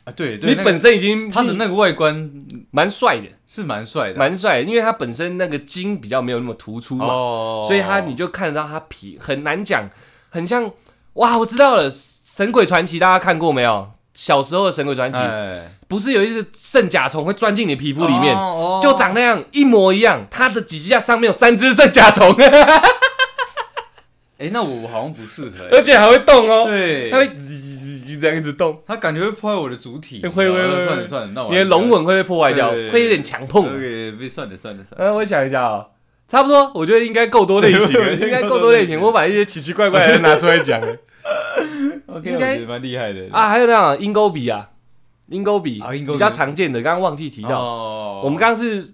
[SPEAKER 2] 啊？对对，
[SPEAKER 1] 你
[SPEAKER 2] 那个
[SPEAKER 1] 本身已经
[SPEAKER 2] 他的那个啊外观
[SPEAKER 1] 蛮帅的，
[SPEAKER 2] 是蛮帅的
[SPEAKER 1] 蛮帅的，因为他本身那个筋比较没有那么突出嘛。
[SPEAKER 2] 哦
[SPEAKER 1] 所以他你就看得到他皮很难讲，很像哇，我知道了，《神鬼传奇》大家看过没有？小时候的《神鬼传奇》
[SPEAKER 2] 哎
[SPEAKER 1] 不是有一只圣甲虫会钻进你皮肤里面，
[SPEAKER 2] 哦哦
[SPEAKER 1] 就长那样一模一样，它的脊椎架上面有三只圣甲虫，
[SPEAKER 2] 哎，那我好像不适合
[SPEAKER 1] 而
[SPEAKER 2] 欸，
[SPEAKER 1] 且还会动哦，
[SPEAKER 2] 对
[SPEAKER 1] 它，会滋这样一直动，
[SPEAKER 2] 他感觉会破坏我的主体，
[SPEAKER 1] 会会会
[SPEAKER 2] 算
[SPEAKER 1] 会
[SPEAKER 2] 了算了，那我
[SPEAKER 1] 你的龙吻会被破坏掉，
[SPEAKER 2] 哦对对对
[SPEAKER 1] 会有点强碰。
[SPEAKER 2] 对，被算了算了算了，
[SPEAKER 1] 嗯，我想一下哦，差不多，我觉得应该够多类型了，
[SPEAKER 2] 对
[SPEAKER 1] 应该够多类
[SPEAKER 2] 够多类
[SPEAKER 1] 型，
[SPEAKER 2] 型
[SPEAKER 1] 我把一些奇奇怪怪的拿出来讲了。
[SPEAKER 2] OK，
[SPEAKER 1] 应
[SPEAKER 2] 我
[SPEAKER 1] 该
[SPEAKER 2] 觉得蛮厉害的
[SPEAKER 1] 啊，还有那种鹰钩笔啊，鹰钩笔
[SPEAKER 2] 啊鹰钩
[SPEAKER 1] 比
[SPEAKER 2] 笔
[SPEAKER 1] 较常见的，刚刚忘记提到。
[SPEAKER 2] 哦
[SPEAKER 1] 我们刚刚是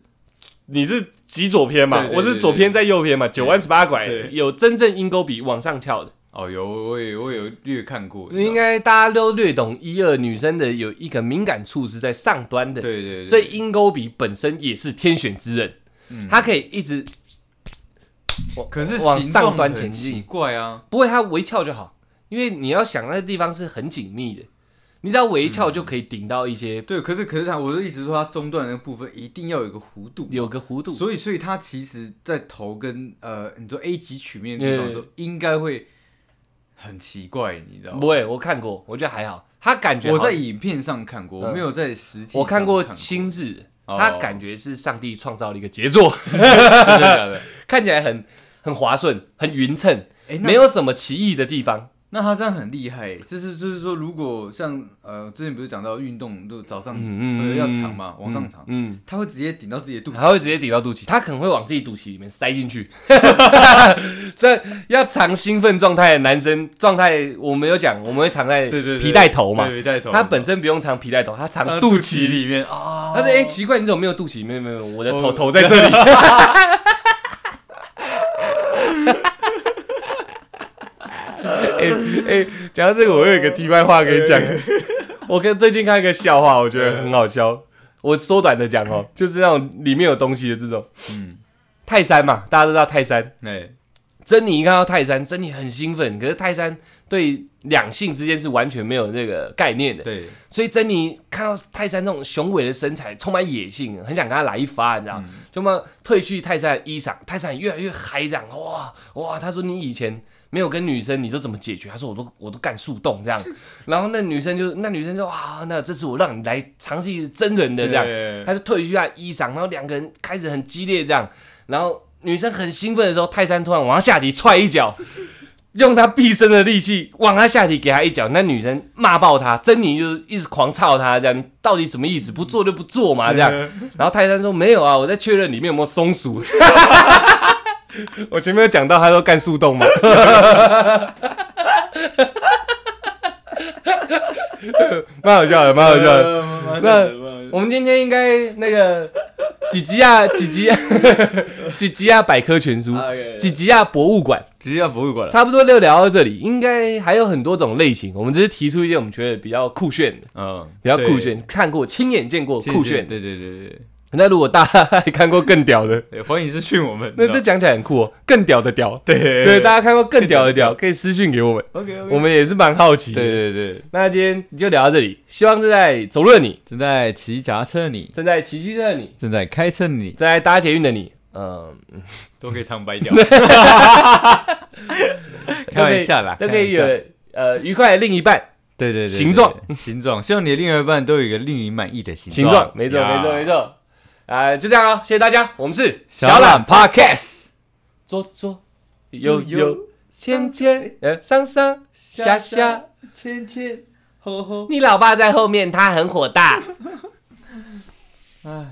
[SPEAKER 1] 你是极左偏嘛
[SPEAKER 2] 对，对
[SPEAKER 1] 我是左偏在右偏嘛，九弯十八拐
[SPEAKER 2] 对
[SPEAKER 1] 有真正鹰钩笔往上翘的，
[SPEAKER 2] 哦有我我也我有略看过，
[SPEAKER 1] 应该大家都略懂一二女生的有一个敏感处是在上端
[SPEAKER 2] 对
[SPEAKER 1] 的，
[SPEAKER 2] 对对，
[SPEAKER 1] 所以鹰钩笔本身也是天选之人，
[SPEAKER 2] 嗯
[SPEAKER 1] 它可以一直往
[SPEAKER 2] 可是
[SPEAKER 1] 往
[SPEAKER 2] 形
[SPEAKER 1] 上
[SPEAKER 2] 状
[SPEAKER 1] 端
[SPEAKER 2] 很
[SPEAKER 1] 前
[SPEAKER 2] 奇
[SPEAKER 1] 进，
[SPEAKER 2] 怪啊，
[SPEAKER 1] 不会它微翘就好，因为你要想那个地方是很紧密的，你只要微翘就可以顶到一些
[SPEAKER 2] 对，可是可是他我的意思是说，它中段那个部分一定要有一个弧度，
[SPEAKER 1] 有个弧度。
[SPEAKER 2] 所以所以它其实，在头跟呃，你说 A 级曲面的地
[SPEAKER 1] 对
[SPEAKER 2] 方，就应该会很奇怪，你知道吗
[SPEAKER 1] 不？会，我看过，我觉得还好。他感觉
[SPEAKER 2] 我
[SPEAKER 1] 好像
[SPEAKER 2] 在影片上看过，
[SPEAKER 1] 嗯
[SPEAKER 2] 我没有在实际上
[SPEAKER 1] 我看过
[SPEAKER 2] 看
[SPEAKER 1] 亲自，
[SPEAKER 2] 哦
[SPEAKER 1] 他感觉是上帝创造了一个杰作，
[SPEAKER 2] 真的假的？
[SPEAKER 1] 看起来很很滑顺，很匀称，
[SPEAKER 2] 哎，那
[SPEAKER 1] 没有什么奇异的地方。
[SPEAKER 2] 那他这样很厉害，就是就是说，如果像呃，之前不是讲到运动，就早上
[SPEAKER 1] 嗯嗯
[SPEAKER 2] 呃要长嘛，往上长，
[SPEAKER 1] 嗯，
[SPEAKER 2] 他会直接顶到自己的肚
[SPEAKER 1] 嗯
[SPEAKER 2] 脐。
[SPEAKER 1] 还会直接抵到肚脐，他可能会往自己肚脐里面塞进 去。这要藏兴奋状态的男生状态，我们有讲，我们会藏在
[SPEAKER 2] 对对对
[SPEAKER 1] 皮带头嘛。
[SPEAKER 2] 对皮带头，
[SPEAKER 1] 他本身不用藏皮带头，他
[SPEAKER 2] 呃
[SPEAKER 1] 藏肚脐
[SPEAKER 2] 里面啊，
[SPEAKER 1] 他说：“哎、奇怪，你怎么没有肚脐？没有没有，我的头、
[SPEAKER 2] 哦
[SPEAKER 1] 头在这 里。 哎、哎，讲到这个，我有一个题外话可以讲。
[SPEAKER 2] 哎
[SPEAKER 1] 我跟最近看一个笑话，我觉得很好笑。我缩短的讲哦，就是那种里面有东西的这种。
[SPEAKER 2] 哎嗯，
[SPEAKER 1] 泰山嘛，大家都知道泰山。
[SPEAKER 2] 哎，
[SPEAKER 1] 珍妮一看到泰山，珍妮很兴奋，可是泰山对两性之间是完全没有那个概念的。
[SPEAKER 2] 对，
[SPEAKER 1] 所以珍妮看到泰山这种雄伟的身材，充满野性，很想跟他来一发，你知道？吗？就嘛褪去泰山的衣裳，泰山越来越嗨，这样哇哇！他说你以前没有跟女生，你都怎么解决？他说我都我都干树洞这样，然后那女生就那女生就哇，那这次我让你来尝试一个真人的这样，
[SPEAKER 2] 样，
[SPEAKER 1] 他就褪去他的衣裳，然后两个人开始很激烈这样，然后女生很兴奋的时候，泰山突然往他下体踹一脚， 用他毕生的力气往他下体给他一脚，那女生骂爆他，珍妮就是一直狂操他这样，你到底什么意思？不做就不做嘛这样，然后泰山说没有啊，我在确认里面有没有松鼠。我前面有讲到，他说干树洞嘛。 蛮好笑的，蛮好笑的。
[SPEAKER 2] 那
[SPEAKER 1] 我们今天应该那 个几吉亚几吉亚 几吉亚百科全书，
[SPEAKER 2] 啊
[SPEAKER 1] 几吉亚博物馆，
[SPEAKER 2] 直接到博 物馆了。
[SPEAKER 1] 差不多就聊到这里。应该还有很多种类型，我们只是提出一些我们觉得比较酷炫的、
[SPEAKER 2] 嗯，
[SPEAKER 1] 比较酷炫，看过亲眼见过
[SPEAKER 2] 对，
[SPEAKER 1] 酷炫的。
[SPEAKER 2] 对对对对
[SPEAKER 1] 那如果大家还看过更 屌的，
[SPEAKER 2] 对，欢迎私讯我们。
[SPEAKER 1] 那这讲起来很酷哦，更屌的屌。
[SPEAKER 2] 对
[SPEAKER 1] 对，大家看过更屌的屌，可以私信给我们，
[SPEAKER 2] OK OK，
[SPEAKER 1] 我们也是蛮好奇的。
[SPEAKER 2] 对对对，
[SPEAKER 1] 那今天就聊到这里，希望正在走路的你，
[SPEAKER 2] 正在骑脚踏车的你，
[SPEAKER 1] 正在骑机车的你，
[SPEAKER 2] 正在开车的你，
[SPEAKER 1] 正在搭捷运的你，嗯。
[SPEAKER 2] 都可以唱 白调。开玩笑啦，
[SPEAKER 1] 都可以
[SPEAKER 2] 开
[SPEAKER 1] 有
[SPEAKER 2] 玩笑
[SPEAKER 1] 呃愉快的另一半
[SPEAKER 2] 对对对对
[SPEAKER 1] 形状
[SPEAKER 2] 对形状，希望你的另外一半都有一个令你满意的形
[SPEAKER 1] 形状，没错没错没
[SPEAKER 2] 错。
[SPEAKER 1] 错，啊、就这样哦，谢谢大家，我们是
[SPEAKER 2] 小懒 Podcast，
[SPEAKER 1] 左左右右前前呃上上下下，
[SPEAKER 2] 前前后后，
[SPEAKER 1] 你老爸在后面，他很火大。
[SPEAKER 2] 唉。